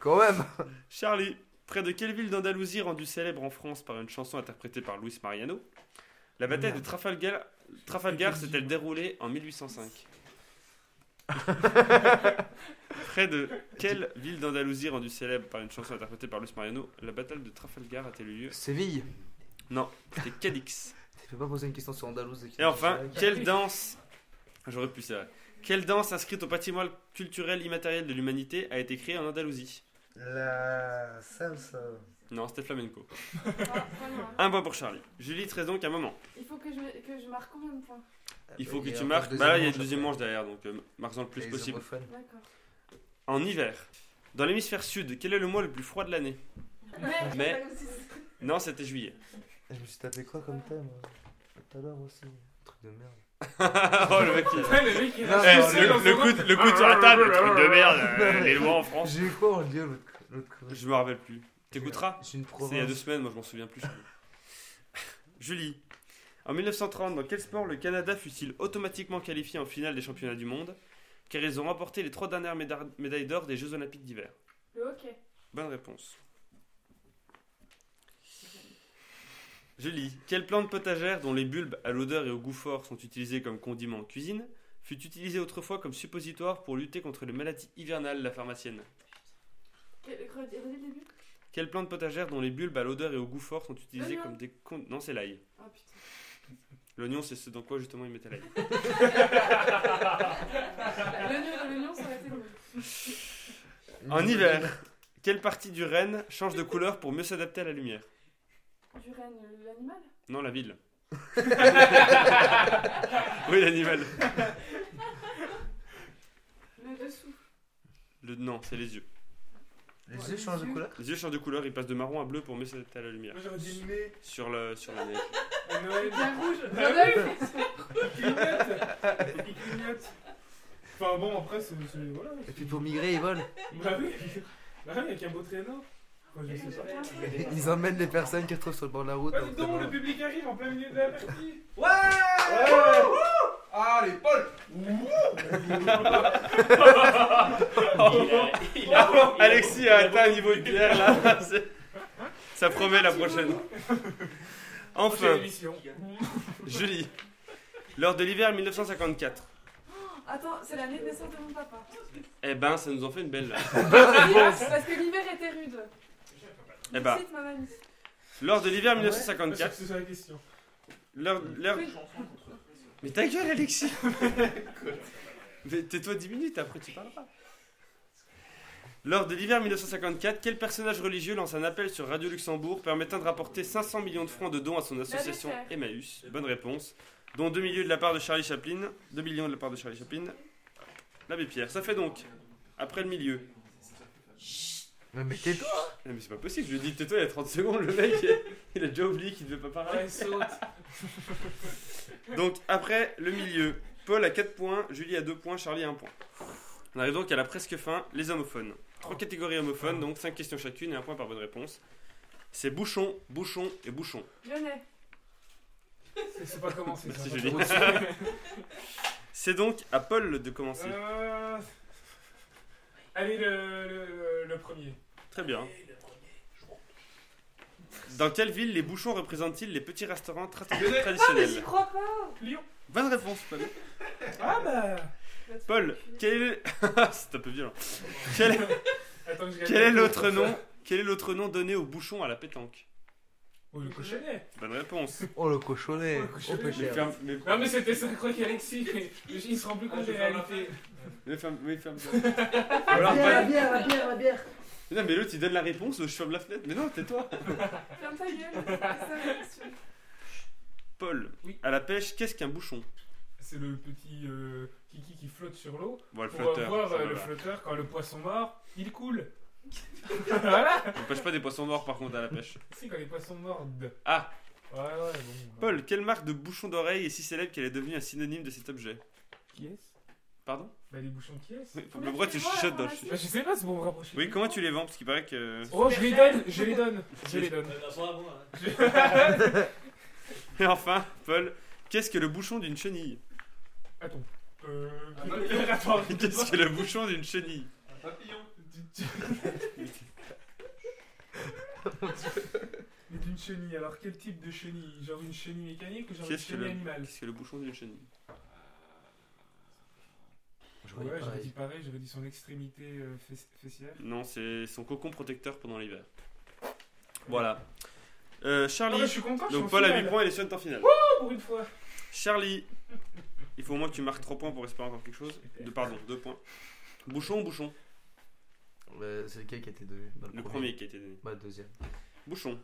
Speaker 5: Quand même
Speaker 2: Charlie, près de quelle ville d'Andalousie rendue célèbre en France par une chanson interprétée par Luis Mariano La bataille de Trafalgar, Trafalgar s'est-elle déroulée en 1805 Près de quelle ville d'Andalousie rendue célèbre par une chanson interprétée par Luis Mariano La bataille de Trafalgar a-t-elle eu lieu
Speaker 5: Séville
Speaker 2: C'était Cadix.
Speaker 5: Tu peux pas poser une question sur Andalouse
Speaker 2: Et enfin, quelle danse J'aurais pu ça. Quelle danse inscrite au patrimoine culturel immatériel de l'humanité a été créée en Andalousie
Speaker 5: La salsa.
Speaker 2: Non, c'était flamenco.
Speaker 1: Ah, vraiment, hein.
Speaker 2: Un point pour Charlie. Julie, te reste donc un moment.
Speaker 1: Il faut que je, que je marque combien de points
Speaker 2: Il faut que tu marques. Bah là, il y a une deuxième manche derrière, donc euh, marque-en le plus possible.
Speaker 1: D'accord.
Speaker 2: En hiver, dans l'hémisphère sud, quel est le mois le plus froid de l'année
Speaker 1: Mais,
Speaker 2: Mais- Non, c'était juillet.
Speaker 5: Eh, Je me suis tapé quoi comme thème euh, Tout à l'heure aussi. Truc de merde.
Speaker 2: oh, le mec, il-
Speaker 4: Ouais, le mec, il
Speaker 5: Non,
Speaker 2: Eh,
Speaker 4: a-
Speaker 5: non,
Speaker 4: je sais,
Speaker 2: le,
Speaker 4: dans
Speaker 2: le
Speaker 4: son
Speaker 2: coude, le coude sur la table, le truc de merde, euh, les lois en France.
Speaker 5: J'ai eu quoi en lieu l'autre l'autre crevé
Speaker 2: Je me rappelle plus. T'écouteras
Speaker 5: J'ai une province.
Speaker 2: C'est il y a deux semaines, moi je m'en souviens plus. Julie, en 1930, dans quel sport le Canada fut-il automatiquement qualifié en finale des championnats du monde Car ils ont remporté les trois dernières méda- médailles d'or des Jeux Olympiques d'hiver.
Speaker 1: Le hockey.
Speaker 2: Bonne réponse. Julie, quelle plante potagère dont les bulbes à l'odeur et au goût fort sont utilisés comme condiment en cuisine fut utilisée autrefois comme suppositoire pour lutter contre les maladies hivernales, la pharmacienne
Speaker 1: Quel- Redis redis le début.
Speaker 2: Quelle plante potagère dont les bulbes à l'odeur et au goût fort sont utilisés
Speaker 1: L'oignon.
Speaker 2: comme des... con- Non, c'est l'ail.
Speaker 1: Ah putain.
Speaker 2: L'oignon, c'est ce dans quoi justement ils mettaient l'ail.
Speaker 1: L'oignon- L'oignon, ça aurait été drôle.
Speaker 2: En hiver, quelle partie du renne change de couleur pour mieux s'adapter à la lumière
Speaker 1: Du renne, euh, l'animal
Speaker 2: Non, la ville. oui, l'animal.
Speaker 1: Le dessous.
Speaker 2: Le... Non, c'est les yeux.
Speaker 5: Les yeux changent de couleur
Speaker 2: Les yeux changent de couleur, ils passent de marron à bleu pour mieux s'adapter à la lumière.
Speaker 4: Moi, j'aurais dit le nez,
Speaker 2: Sur, le... Sur la neige.
Speaker 4: à Noël,
Speaker 1: La rouge.
Speaker 4: Bah
Speaker 1: L'œil.
Speaker 4: il clignote. Il clignote. Enfin bon, après, c'est. c'est- Voilà.
Speaker 5: Et puis pour migrer, ils volent.
Speaker 4: Bah oui, bah oui, avec un beau traîneau. Enfin, je sais pas.
Speaker 5: Ils emmènent les personnes qu'ils trouvent sur le bord de la route.
Speaker 4: Ah,
Speaker 5: dans
Speaker 4: dis
Speaker 5: le
Speaker 4: donc,
Speaker 5: terrain.
Speaker 4: le public arrive en plein milieu de la partie.
Speaker 3: Ouais Allez, Paul
Speaker 2: Alexis a atteint un niveau de bière là. C'est- Ça promet la prochaine. Enfin,
Speaker 4: émission.
Speaker 2: Julie. Lors de l'hiver 1954.
Speaker 1: Attends, c'est l'année de naissance de mon papa.
Speaker 2: Eh ben, ça nous en fait une belle. là.
Speaker 1: Parce que l'hiver était rude.
Speaker 2: Eh ben,
Speaker 1: Petite, ma mamie.
Speaker 2: lors de l'hiver
Speaker 4: Parce que
Speaker 2: 1954.
Speaker 4: c'est ça la question.
Speaker 2: L'heure- l'heure-
Speaker 1: Oui.
Speaker 2: Mais ta gueule, Alexis Mais tais-toi 10 minutes, après tu parles pas. Lors de l'hiver 1954, quel personnage religieux lance un appel sur Radio Luxembourg permettant de rapporter 500 millions de francs de dons à son association
Speaker 1: Lucerre.
Speaker 2: Emmaüs Bonne réponse. Dont 2 millions de la part de Charlie Chaplin. 2 millions de la part de Charlie Chaplin. L'abbé Pierre. Ça fait donc, après le milieu.
Speaker 5: Mais mais tais-toi
Speaker 2: Ah, Mais c'est pas possible, je lui ai dit tais-toi il y a 30 secondes, le mec il a déjà oublié qu'il devait pas parler.
Speaker 4: Ah Ouais, saute.
Speaker 2: Donc après le milieu, Paul a 4 points, Julie a 2 points, Charlie a 1 point. On arrive donc à la presque fin, les homophones. Trois catégories homophones, donc 5 questions chacune et un point par bonne réponse. C'est bouchon, bouchon et bouchon.
Speaker 1: Lyonnais.
Speaker 4: C'est- C'est pas commencé.
Speaker 2: Merci,
Speaker 4: ça.
Speaker 2: Julie. C'est donc à Paul de commencer.
Speaker 4: Euh, Allez, le, le, le premier.
Speaker 2: Très bien. Dans quelle ville les bouchons représentent-ils les petits restaurants tra-
Speaker 1: Ah, Mais j'y
Speaker 2: traditionnels
Speaker 1: crois pas.
Speaker 4: Lyon.
Speaker 2: Bonne réponse, Paul.
Speaker 4: Ah bah.
Speaker 2: Paul, quel est... C'est un peu violent. Quel est-
Speaker 4: Attends, que je
Speaker 2: Quel est
Speaker 4: regarde.
Speaker 2: l'autre nom Quel est l'autre nom donné au bouchon à la pétanque
Speaker 4: Oh, le cochonnet
Speaker 2: Bonne réponse.
Speaker 5: Oh le cochonnet.
Speaker 4: Oh, le
Speaker 5: Oh,
Speaker 4: cochonnet.
Speaker 5: pas
Speaker 2: Mais
Speaker 5: cher.
Speaker 2: ferme, mais,
Speaker 4: Non, mais c'était ça, quoi qu'Alexis, mais il se rend plus
Speaker 6: Ah,
Speaker 4: compte
Speaker 6: je
Speaker 4: des
Speaker 6: ferme la
Speaker 4: réalités.
Speaker 2: mais ferme, mais ferme. Ou alors,
Speaker 3: bière,
Speaker 2: pas-
Speaker 3: bière, la bière, la bière.
Speaker 2: Non, mais l'autre il donne la réponse, je ferme la fenêtre. Mais non, tais-toi.
Speaker 1: Ferme ta gueule. c'est ça, monsieur.
Speaker 2: Paul,
Speaker 4: Oui.
Speaker 2: à la pêche, qu'est-ce qu'un bouchon
Speaker 4: C'est le petit euh, kiki qui flotte sur l'eau
Speaker 2: Bon, le
Speaker 4: pour
Speaker 2: flotteur.
Speaker 4: voir
Speaker 2: ça
Speaker 4: euh,
Speaker 2: va,
Speaker 4: le
Speaker 2: là.
Speaker 4: flotteur quand le poisson mort, il coule. voilà
Speaker 2: On pêche pas des poissons morts par contre à la pêche.
Speaker 4: Si, quand les poissons mordent.
Speaker 2: Ah.
Speaker 4: Ouais, ouais, bon.
Speaker 2: Paul, quelle marque de bouchon d'oreille est si célèbre qu'elle est devenue un synonyme de cet objet
Speaker 4: Qui est-ce
Speaker 2: Pardon
Speaker 4: Bah, les bouchons qui est-ce
Speaker 2: Oui, Pablo, pourquoi tu chuchotes dans le
Speaker 4: Bah, je sais pas, c'est pour me rapprocher.
Speaker 2: Oui, comment tu les vends Parce qu'il paraît que.
Speaker 4: Oh, je les donne, je les donne, je les donne.
Speaker 2: Et enfin, Paul, qu'est-ce que le bouchon d'une chenille
Speaker 4: Attends. Euh.
Speaker 6: Un papillon.
Speaker 4: Attends,
Speaker 2: Qu'est-ce que le bouchon d'une chenille
Speaker 6: Un papillon.
Speaker 4: Mais d'une chenille, alors quel type de chenille Genre une chenille mécanique ou genre une
Speaker 2: Qu'est-ce que,
Speaker 4: chenille
Speaker 2: le...
Speaker 4: animale
Speaker 2: qu'est-ce que le bouchon d'une chenille
Speaker 5: J'aurais dit
Speaker 4: Ouais, j'aurais
Speaker 5: pareil.
Speaker 4: dit pareil, j'aurais dit son extrémité euh, fess- fessière.
Speaker 2: Non, c'est son cocon protecteur pendant l'hiver. Voilà.
Speaker 4: Ah
Speaker 2: Euh,
Speaker 4: bah, je
Speaker 2: Charlie.
Speaker 4: suis content, je suis en
Speaker 2: Donc Paul a
Speaker 4: finale.
Speaker 2: 8 points et les sur le temps final.
Speaker 4: Oh, pour une fois.
Speaker 2: Charlie, il faut au moins que tu marques 3 points pour espérer encore quelque chose. De, pardon, 2 points. Bouchon ou bouchon
Speaker 5: Euh, C'est lequel qui a été donné Bah,
Speaker 2: Le premier qui a été donné.
Speaker 5: Bah, le deuxième.
Speaker 2: Bouchon.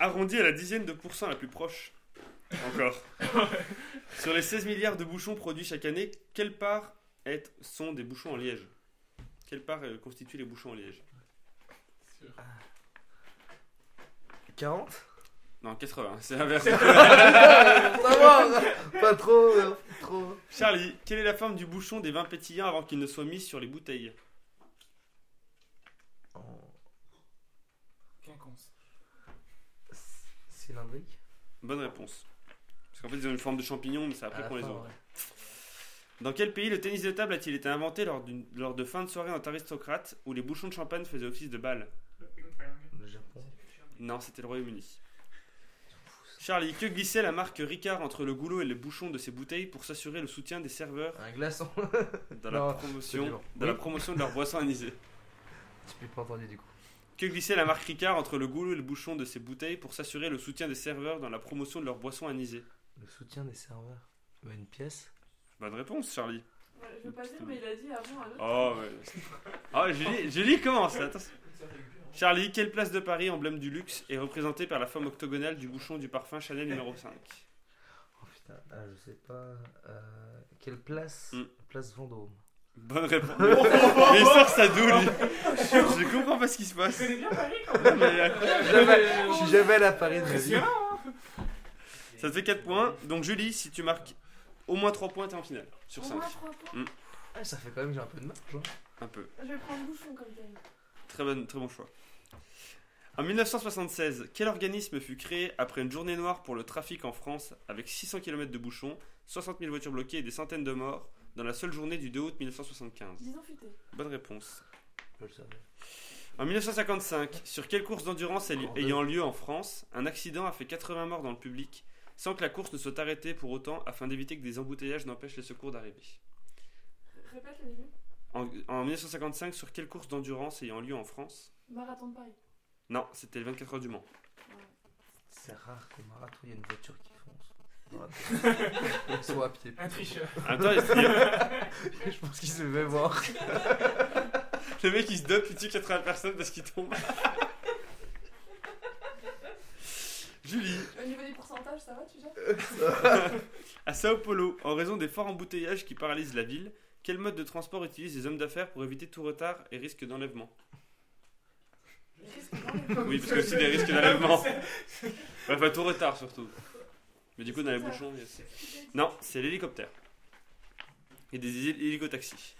Speaker 2: Arrondi à la dixième de pourcent la plus proche. Encore. Sur les 16 milliards de bouchons produits chaque année, quelle part est- sont des bouchons en liège Quelle part euh, constituent les bouchons en liège
Speaker 5: 40
Speaker 2: Non, 80, c'est l'inverse.
Speaker 5: Ça va Pas trop, euh, trop.
Speaker 2: Charlie, quelle est la forme du bouchon des vins pétillants avant qu'ils ne soient mis sur les bouteilles
Speaker 5: En
Speaker 4: Quinconce.
Speaker 5: c- Cylindrique
Speaker 2: Bonne réponse. Parce qu'en fait, ils ont une forme de champignon, mais c'est après
Speaker 5: À la
Speaker 2: qu'on les
Speaker 5: fin,
Speaker 2: ouvre.
Speaker 5: ouais.
Speaker 2: Dans quel pays le tennis de table a-t-il été inventé lors, d'une- lors de fin de soirée entre aristocrates où les bouchons de champagne faisaient office de balle
Speaker 5: Le Japon.
Speaker 2: Non, c'était le Royaume-Uni. Charlie, que glissait la marque Ricard entre le goulot et le bouchon de ses bouteilles pour s'assurer le soutien des serveurs
Speaker 5: Un glaçon.
Speaker 2: dans, la,
Speaker 5: Non, c'est
Speaker 2: promotion,
Speaker 5: dur.
Speaker 2: dans la
Speaker 5: Oui.
Speaker 2: promotion de leur boisson anisée
Speaker 5: J'ai plus pas entendu du coup.
Speaker 2: Que glissait la marque Ricard entre le goulot et le bouchon de ses bouteilles pour s'assurer le soutien des serveurs dans la promotion de leur boisson anisée
Speaker 5: Le soutien des serveurs. Bah, une pièce.
Speaker 2: Bonne réponse, Charlie.
Speaker 1: Ouais, Je veux pas dire, mais il a dit avant à l'autre.
Speaker 2: Oh, ouais. Ah, Julie, Julie commence, là, attention. Charlie, quelle place de Paris, emblème du luxe, est représentée par la forme octogonale du bouchon du parfum Chanel numéro 5
Speaker 5: Oh putain, ah, je sais pas. Euh, quelle place
Speaker 2: Hmm.
Speaker 5: Place Vendôme.
Speaker 2: Bonne réponse. Mais il sort sa douille. Je comprends pas ce qui se passe.
Speaker 4: Tu connais bien Paris quand même
Speaker 2: Non, mais euh, incroyable.
Speaker 5: Je suis jamais allé à Paris de ma vie.
Speaker 4: Impressionnant
Speaker 2: Ça te fait 4 points. Donc Julie, si tu marques au moins 3 points, t'es en finale. Sur
Speaker 1: Au
Speaker 2: 5.
Speaker 1: moins 3 points.
Speaker 5: Ah, ça fait quand même que j'ai un peu de marge. hein.
Speaker 2: Un peu.
Speaker 1: Je vais prendre bouchon comme t'as dit.
Speaker 2: Très bon, très bon choix. En 1976, quel organisme fut créé après une journée noire pour le trafic en France avec 600 km de bouchons, 60 000 voitures bloquées et des centaines de morts dans la seule journée du 2 août 1975
Speaker 1: Disons futé.
Speaker 2: Bonne réponse.
Speaker 5: Je le savais.
Speaker 2: En 1955, sur quelle course d'endurance ay-
Speaker 5: Encore deux.
Speaker 2: ayant lieu en France, un accident a fait 80 morts dans le public, sans que la course ne soit arrêtée pour autant afin d'éviter que des embouteillages n'empêchent les secours d'arriver.
Speaker 1: Répète le début.
Speaker 2: En, en 1955, sur quelle course d'endurance ayant lieu en France
Speaker 1: Marathon de Paris.
Speaker 2: Non, c'était le 24 heures du Mans.
Speaker 5: C'est rare qu'au marathon, il y a une voiture qui fonce. Marathon. Ils sont à pied.
Speaker 4: Un tricheur.
Speaker 2: En même temps, il-
Speaker 5: Je pense qu'ils se devaient voir.
Speaker 2: le mec il se dope, il tue 80 personnes parce qu'il tombe. Julie,
Speaker 1: Au niveau des pourcentages, ça va, tu gères
Speaker 2: à Sao Paulo, en raison des forts embouteillages qui paralysent la ville, quel mode de transport utilisent les hommes d'affaires pour éviter tout retard et risque d'enlèvement
Speaker 1: Qu'est-ce que j'en ai
Speaker 2: Oui, parce que aussi des risques
Speaker 5: Ah,
Speaker 2: d'enlèvement. Ouais, enfin, tout retard surtout. Mais du coup, dans les bouchons. il y a- Non, c'est l'hélicoptère. Et des hé- hélicotaxis.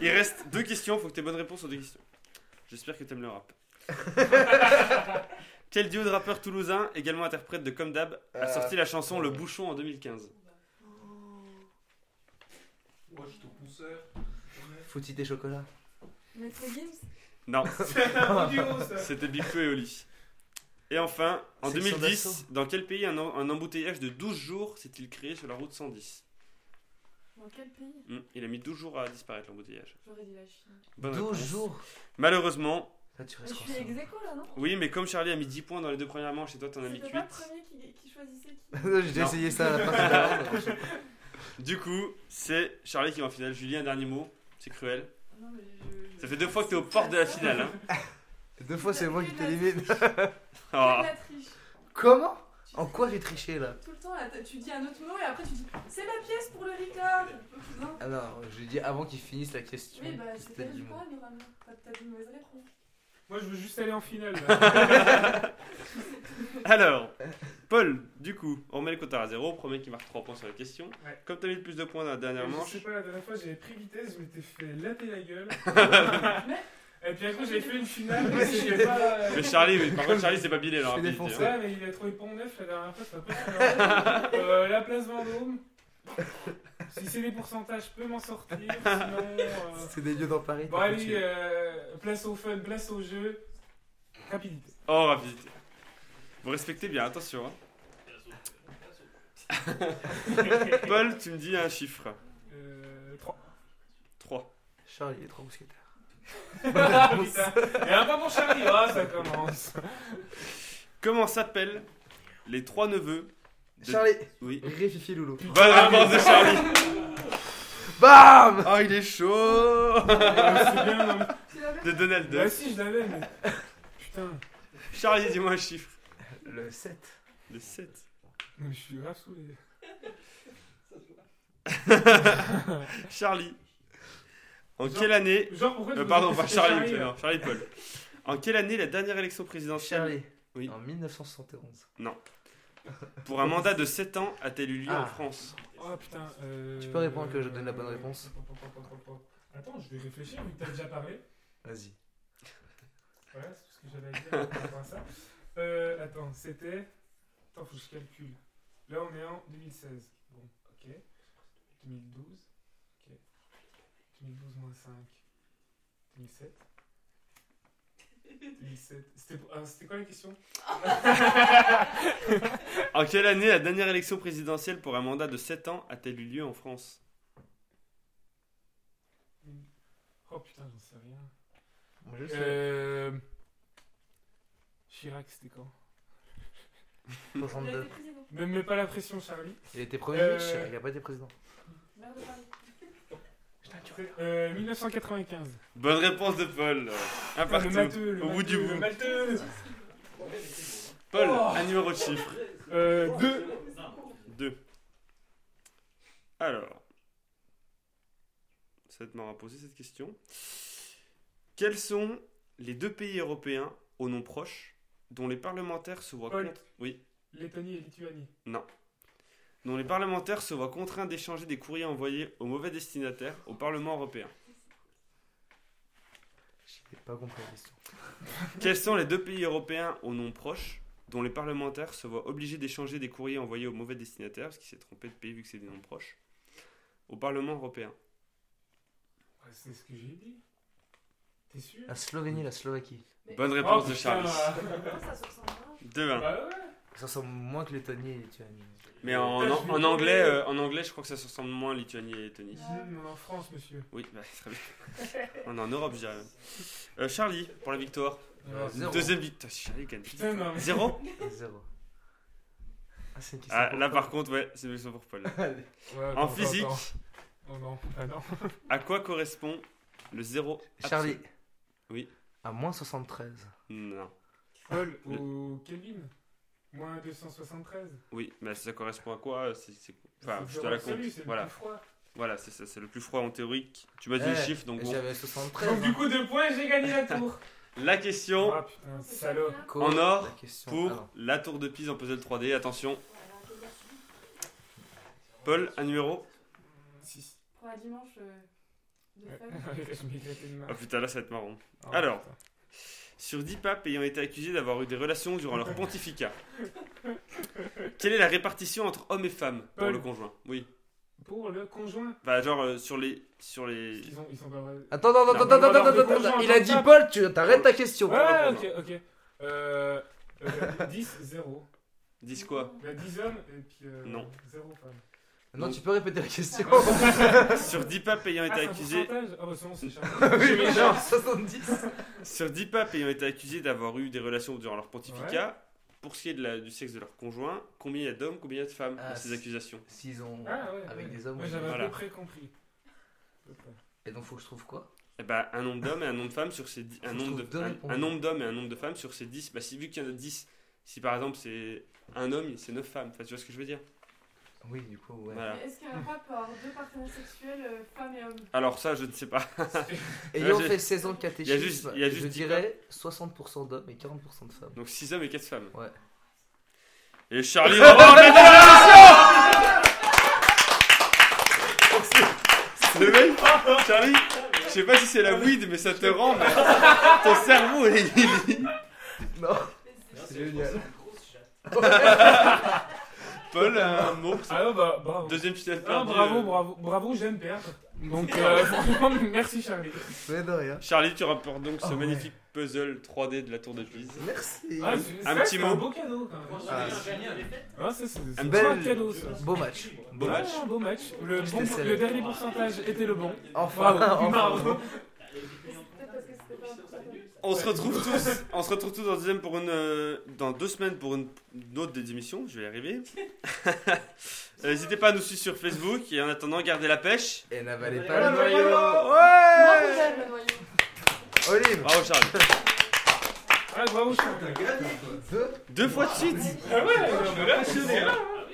Speaker 2: Il reste deux questions, faut que t'aies bonne réponse aux deux questions. J'espère que t'aimes le rap. Quel duo de rappeurs toulousains, également interprète de Comme d'hab, a
Speaker 5: Euh,
Speaker 2: sorti la chanson Le Bouchon en 2015
Speaker 1: Oh.
Speaker 6: Moi, je suis ton concert.
Speaker 5: Faut-il des chocolats
Speaker 1: Maître Gims
Speaker 2: Non,
Speaker 4: C'est un peu du haut, ça.
Speaker 2: c'était Big Flo et Oli. Et enfin, en
Speaker 5: Section
Speaker 2: 2010,
Speaker 5: d'assaut.
Speaker 2: dans quel pays un, en- un embouteillage de 12 jours s'est-il créé sur la route 110
Speaker 1: Dans quel pays
Speaker 2: Hmm, Il a mis 12 jours à disparaître l'embouteillage.
Speaker 1: J'aurais dit la Chine.
Speaker 2: Bonne
Speaker 5: 12
Speaker 2: réponse.
Speaker 5: jours
Speaker 2: Malheureusement,
Speaker 5: Là, tu
Speaker 1: Je
Speaker 5: restes
Speaker 1: suis
Speaker 5: coincé.
Speaker 1: ex aequo, là, non
Speaker 2: Oui, mais comme Charlie a mis 10 points dans les deux premières manches et toi t'en as mis
Speaker 1: C'était
Speaker 2: 8.
Speaker 1: pas le premier qui, qui choisissait qui.
Speaker 5: J'ai déjà
Speaker 2: Non.
Speaker 5: essayé ça à la fin de la ronde.
Speaker 2: Du coup, c'est Charlie qui va en finale. Julie, un dernier mot. C'est cruel.
Speaker 1: Non, mais je-
Speaker 2: Ça fait deux fois que t'es aux portes de la finale. Hein.
Speaker 5: Deux fois, c'est moi qui t'élimine.
Speaker 1: Tu fais de
Speaker 2: Ah.
Speaker 1: la triche.
Speaker 5: Comment En quoi j'ai triché là
Speaker 1: Tout le temps, là, t- tu dis un autre mot et après tu dis c'est ma pièce pour le record. Non.
Speaker 5: Ah non, je lui ai dit avant qu'il finisse la question.
Speaker 1: Oui, bah
Speaker 5: que
Speaker 1: c'était
Speaker 5: c'était
Speaker 1: du
Speaker 5: du
Speaker 1: point, normalement. T'as t'as une mauvaise réponse.
Speaker 4: Moi, je veux juste aller en finale. là.
Speaker 2: Oh, Alors, Paul, du coup, on remet le compteur à zéro. Premier qui marque 3 points sur la question.
Speaker 4: Ouais.
Speaker 2: Comme t'as mis le plus de points dans la dernière
Speaker 4: Je
Speaker 2: manche.
Speaker 4: sais pas, la dernière fois, j'avais pris vitesse, je m'étais fait latter la gueule. Et puis, un coup, j'ai fait une finale, mais j'ai pas. euh,
Speaker 2: Mais Charlie, oui, par contre, Charlie, c'est pas bilé
Speaker 5: Je
Speaker 2: la
Speaker 5: fais
Speaker 2: rapidité.
Speaker 5: défoncer.
Speaker 2: hein.
Speaker 4: Ouais, mais il a trouvé Pont Neuf la dernière fois, ça va pas se faire. Euh, La place Vendôme. Si c'est des pourcentages, je peux m'en sortir. Sinon. euh,
Speaker 5: C'est des lieux dans Paris.
Speaker 4: Bon,
Speaker 5: t'as
Speaker 4: allez,
Speaker 5: continué.
Speaker 4: euh, place au fun, place au jeu. Rapidité.
Speaker 2: Oh, rapidité. Vous respectez bien, attention. hein. Paul, tu me dis un chiffre.
Speaker 4: Euh, 3.
Speaker 2: 3.
Speaker 5: Charles, il est trop mousquetaire.
Speaker 4: Et un pas pour Charlie, ah, ça commence.
Speaker 2: Comment s'appellent les trois neveux de-
Speaker 5: Charlie,
Speaker 2: Oui.
Speaker 5: réfifier Loulou.
Speaker 2: Bonne réponse de Charlie.
Speaker 5: BAM
Speaker 2: Oh, il est chaud
Speaker 4: Ah, c'est bien, non, mais-
Speaker 1: Tu l'avais
Speaker 2: De Donald
Speaker 4: Bah,
Speaker 2: Duck.
Speaker 4: si, je l'avais, mais. Putain,
Speaker 2: Charlie, dis-moi un chiffre.
Speaker 5: Le 7.
Speaker 2: Le 7.
Speaker 4: mais je suis grave saoulé.
Speaker 2: Charlie. En
Speaker 4: Genre-
Speaker 2: quelle année.
Speaker 4: Genre, pourquoi
Speaker 2: Euh,
Speaker 4: vous
Speaker 2: pardon,
Speaker 4: dites
Speaker 2: pas
Speaker 4: que
Speaker 2: Charlie,
Speaker 4: là
Speaker 2: non, Charlie Paul. En quelle année la dernière élection présidentielle
Speaker 5: Charlie.
Speaker 2: Oui.
Speaker 5: En 1971.
Speaker 2: pour un mandat de 7 ans a-t-elle eu lieu en
Speaker 5: Ah.
Speaker 2: France
Speaker 4: Oh putain. Euh...
Speaker 5: Tu peux répondre que je donne la bonne réponse.
Speaker 4: Attends, je vais réfléchir vu que t'as déjà parlé.
Speaker 5: Vas-y.
Speaker 4: Voilà, c'est tout ce que j'avais à dire par rapport à ça. Euh, attends, c'était. Attends, faut que je calcule. Là, on est en 2016. Bon, ok. 2012. Ok. 2012 moins 5. 2007. 2007. C'était pour- ah, c'était quoi la question
Speaker 2: En quelle année la dernière élection présidentielle pour un mandat de 7 ans a-t-elle eu lieu en France
Speaker 4: Oh putain, j'en sais rien.
Speaker 5: Moi, je sais.
Speaker 4: Euh... Chirac, c'était quand
Speaker 1: Il a
Speaker 5: 62.
Speaker 1: été président.
Speaker 4: Ne me mets pas la pression, Charlie.
Speaker 5: Il était premier
Speaker 4: Euh,
Speaker 5: ministre, il a pas été président.
Speaker 1: Maire de Paris.
Speaker 4: Euh, 1995.
Speaker 2: Bonne réponse de Paul. Un
Speaker 4: Ah,
Speaker 2: partout.
Speaker 4: le matheux, le
Speaker 2: Au bout
Speaker 4: matheux,
Speaker 2: du
Speaker 4: Le
Speaker 2: bout.
Speaker 4: matheux.
Speaker 2: Paul,
Speaker 4: Oh.
Speaker 2: un numéro de chiffre.
Speaker 4: Euh, deux.
Speaker 2: 2. Alors. Ça te m'aura posé cette question. Quels sont les deux pays européens au nom proche dont les parlementaires se voient
Speaker 4: Paul.
Speaker 2: cont- oui,
Speaker 4: Lettonie et Lituanie.
Speaker 2: dont les parlementaires se voient contraints d'échanger des courriers envoyés aux mauvais destinataires au Parlement européen.
Speaker 5: J'ai pas compris la question.
Speaker 2: Quels sont les deux pays européens au nom proche dont les parlementaires se voient obligés d'échanger des courriers envoyés aux mauvais destinataires parce qu'il s'est trompé de pays vu que c'est des noms proches au Parlement européen.
Speaker 4: Ouais, c'est ce que j'ai dit. T'es sûr
Speaker 5: La Slovénie, la Slovaquie.
Speaker 2: Bonne réponse
Speaker 4: Oh,
Speaker 2: de
Speaker 4: putain.
Speaker 2: Charlie.
Speaker 1: Comment ça se ressemble hein vraiment
Speaker 2: 2-1.
Speaker 4: Bah ouais.
Speaker 5: Ça ressemble moins que Lettonie et Lituanie.
Speaker 2: Mais en,
Speaker 4: Ah,
Speaker 2: en-
Speaker 4: je vais
Speaker 2: en
Speaker 4: tomber.
Speaker 2: anglais, euh, en anglais, je crois que ça se ressemble moins à Lituanie et Lettonie.
Speaker 4: Mmh, on est en France, monsieur.
Speaker 2: Oui, bah, très bien. On est en Europe, je dirais. même. Euh, Charlie, pour la victoire.
Speaker 5: Euh, zéro.
Speaker 2: Deuxième victoire. Charlie gagne.
Speaker 4: Putain, non, mais-
Speaker 2: Zéro
Speaker 5: Zéro. Ah, c'est une question.
Speaker 2: ah,
Speaker 5: pour
Speaker 2: Là,
Speaker 5: toi.
Speaker 2: par contre, ouais, c'est une leçon pour Paul.
Speaker 4: Ouais, attends,
Speaker 2: En
Speaker 4: attends,
Speaker 2: physique,
Speaker 4: attends. Oh non, ah non.
Speaker 2: à quoi correspond le zéro absolu
Speaker 5: Charlie.
Speaker 2: Oui.
Speaker 5: À moins 73.
Speaker 2: Non.
Speaker 4: Paul ou Kelvin Moins 273.
Speaker 2: Oui, mais ça correspond à quoi C'est- c'est- Enfin,
Speaker 4: C'est
Speaker 2: je te
Speaker 4: zéro
Speaker 2: la compte.
Speaker 4: absolu, c'est le
Speaker 2: Voilà,
Speaker 4: plus froid.
Speaker 2: voilà c'est ça, c'est le plus froid en théorique. Tu m'as dit
Speaker 5: Eh,
Speaker 2: le chiffre, donc bon.
Speaker 5: J'avais
Speaker 4: Donc
Speaker 5: 73.
Speaker 4: du coup, deux points, j'ai gagné la tour.
Speaker 2: La question
Speaker 4: Ah putain, salaud.
Speaker 5: Quoi
Speaker 2: hein. En or,
Speaker 5: La question-
Speaker 2: pour
Speaker 5: ah non.
Speaker 2: la tour de Pise en puzzle 3D. Attention. Paul, un numéro
Speaker 4: Si.
Speaker 1: Pour un dimanche euh, de
Speaker 4: Ouais.
Speaker 1: femme.
Speaker 4: Je m'éclatais de
Speaker 2: Ah
Speaker 4: marre.
Speaker 2: putain, là, ça va être marrant.
Speaker 4: Oh,
Speaker 2: Alors.
Speaker 4: putain.
Speaker 2: sur dix papes ayant été accusés d'avoir eu des relations durant leur pontificat. Quelle est la répartition entre hommes et femmes pour
Speaker 4: Paul.
Speaker 2: le conjoint Oui.
Speaker 4: Pour le conjoint.
Speaker 2: Bah genre euh, sur les sur les
Speaker 4: Ils ont, ils sont pas vrais.
Speaker 5: Attends, attends,
Speaker 2: Non,
Speaker 5: attends,
Speaker 4: mais
Speaker 5: attends,
Speaker 4: on va
Speaker 5: attends,
Speaker 4: leur
Speaker 5: attends,
Speaker 4: répondre,
Speaker 5: Il a
Speaker 4: attends,
Speaker 5: dit
Speaker 4: attends.
Speaker 5: Paul, tu t'arrêtes ta question.
Speaker 4: Ouais,
Speaker 2: non,
Speaker 4: ok, ok. Euh, euh, 10, 0.
Speaker 2: disent quoi
Speaker 4: Il y a 10 hommes et puis euh,
Speaker 2: Non.
Speaker 4: 0 femmes.
Speaker 5: Non, tu peux répéter la question.
Speaker 2: Sur 10 papes ayant été accusés,
Speaker 4: Ah, bah, c'est bon, c'est cher.
Speaker 5: oui, mais genre 70.
Speaker 2: sur 10 papes ayant été accusés d'avoir eu des relations durant leur pontificat, pour ce qui est de la- du sexe de leur conjoint, combien il y a d'hommes, combien il y a de femmes
Speaker 5: Ah,
Speaker 2: dans ces
Speaker 5: c'est-
Speaker 2: accusations
Speaker 5: S'ils ont.
Speaker 4: Ah, ouais,
Speaker 5: Avec
Speaker 4: ouais.
Speaker 5: des hommes.
Speaker 4: Ouais, j'avais
Speaker 2: Voilà.
Speaker 4: à peu près compris. À peu près.
Speaker 5: Et donc, faut que je trouve quoi
Speaker 2: Eh ben, un nombre d'hommes et un nombre de femmes sur ces dix- un
Speaker 5: Je
Speaker 2: nombre de
Speaker 5: trouve deux
Speaker 2: un-
Speaker 5: réponses.
Speaker 2: un nombre d'hommes et un nombre de femmes sur ces 10 bah si vu qu'il y en a 10 si par exemple c'est un homme c'est 9 femmes Enfin, tu vois ce que je veux dire
Speaker 5: Oui, du coup, ouais.
Speaker 2: Voilà.
Speaker 1: Mais Euh, Est-ce qu'il y a un rapport par deux partenaires sexuels, euh, femmes et hommes
Speaker 2: alors ça je ne sais pas
Speaker 5: Ayant
Speaker 2: Ouais, j'ai-
Speaker 5: fait 16 ans de
Speaker 2: Il y a juste-
Speaker 5: catéchisme,
Speaker 2: il y a
Speaker 5: je
Speaker 2: juste dix
Speaker 5: dirais 60% d'hommes et 40% de femmes.
Speaker 2: donc 6 hommes et 4 femmes
Speaker 5: Ouais.
Speaker 2: et Charlie Roman, mesdames et messieurs C'est le mec, Charlie, je sais pas si c'est la weed, mais ça te rend. mais Ton cerveau, il est-
Speaker 5: Non,
Speaker 6: C'est
Speaker 5: génial.
Speaker 2: Paul, un mot.
Speaker 4: Ah, ouais, bah, bravo.
Speaker 2: Deuxième finale
Speaker 4: Ah,
Speaker 2: perdue.
Speaker 4: bravo,
Speaker 2: euh,
Speaker 4: bravo, bravo, j'aime perdre. Donc, euh, franchement, merci Charlie.
Speaker 5: mais de rien.
Speaker 2: Charlie, tu remportes donc ce
Speaker 5: Ah ouais.
Speaker 2: magnifique puzzle 3D de la tour de Pise.
Speaker 5: Merci.
Speaker 4: Ah, c'est-
Speaker 2: Un
Speaker 4: ça,
Speaker 2: petit
Speaker 4: c'est
Speaker 2: mot.
Speaker 4: un beau cadeau quand même.
Speaker 6: Ah, c'est
Speaker 4: Ah, ça, c'est c'est
Speaker 2: Un
Speaker 4: vraiment
Speaker 2: bel-
Speaker 4: un cadeau ça.
Speaker 5: Beau match.
Speaker 2: Beau
Speaker 4: Ouais,
Speaker 2: match.
Speaker 4: un beau match. Le,
Speaker 5: Je
Speaker 4: bon-
Speaker 5: t'essaie.
Speaker 4: le dernier pourcentage était le bon.
Speaker 5: Enfin,
Speaker 4: Bravo,
Speaker 5: enfin.
Speaker 4: bravo.
Speaker 1: Peut-être parce que c'était pas un pourcentage.
Speaker 2: On se retrouve tous, on se retrouve tous dans, deuxième pour une, euh, dans deux semaines pour une, une autre des émissions. Je vais y arriver. Euh, N'hésitez pas à nous suivre sur Facebook et en attendant, gardez la pêche.
Speaker 5: Et n'avalez pas le noyau.
Speaker 1: Bravo,
Speaker 5: Ouais
Speaker 1: Jeanne, le noyau.
Speaker 5: Olive,
Speaker 2: Bravo Charlie.
Speaker 4: Ah, bravo Charlie.
Speaker 6: T'as gagné, toi.
Speaker 5: deux.
Speaker 2: Deux fois de suite.
Speaker 4: Ah ouais, on est là.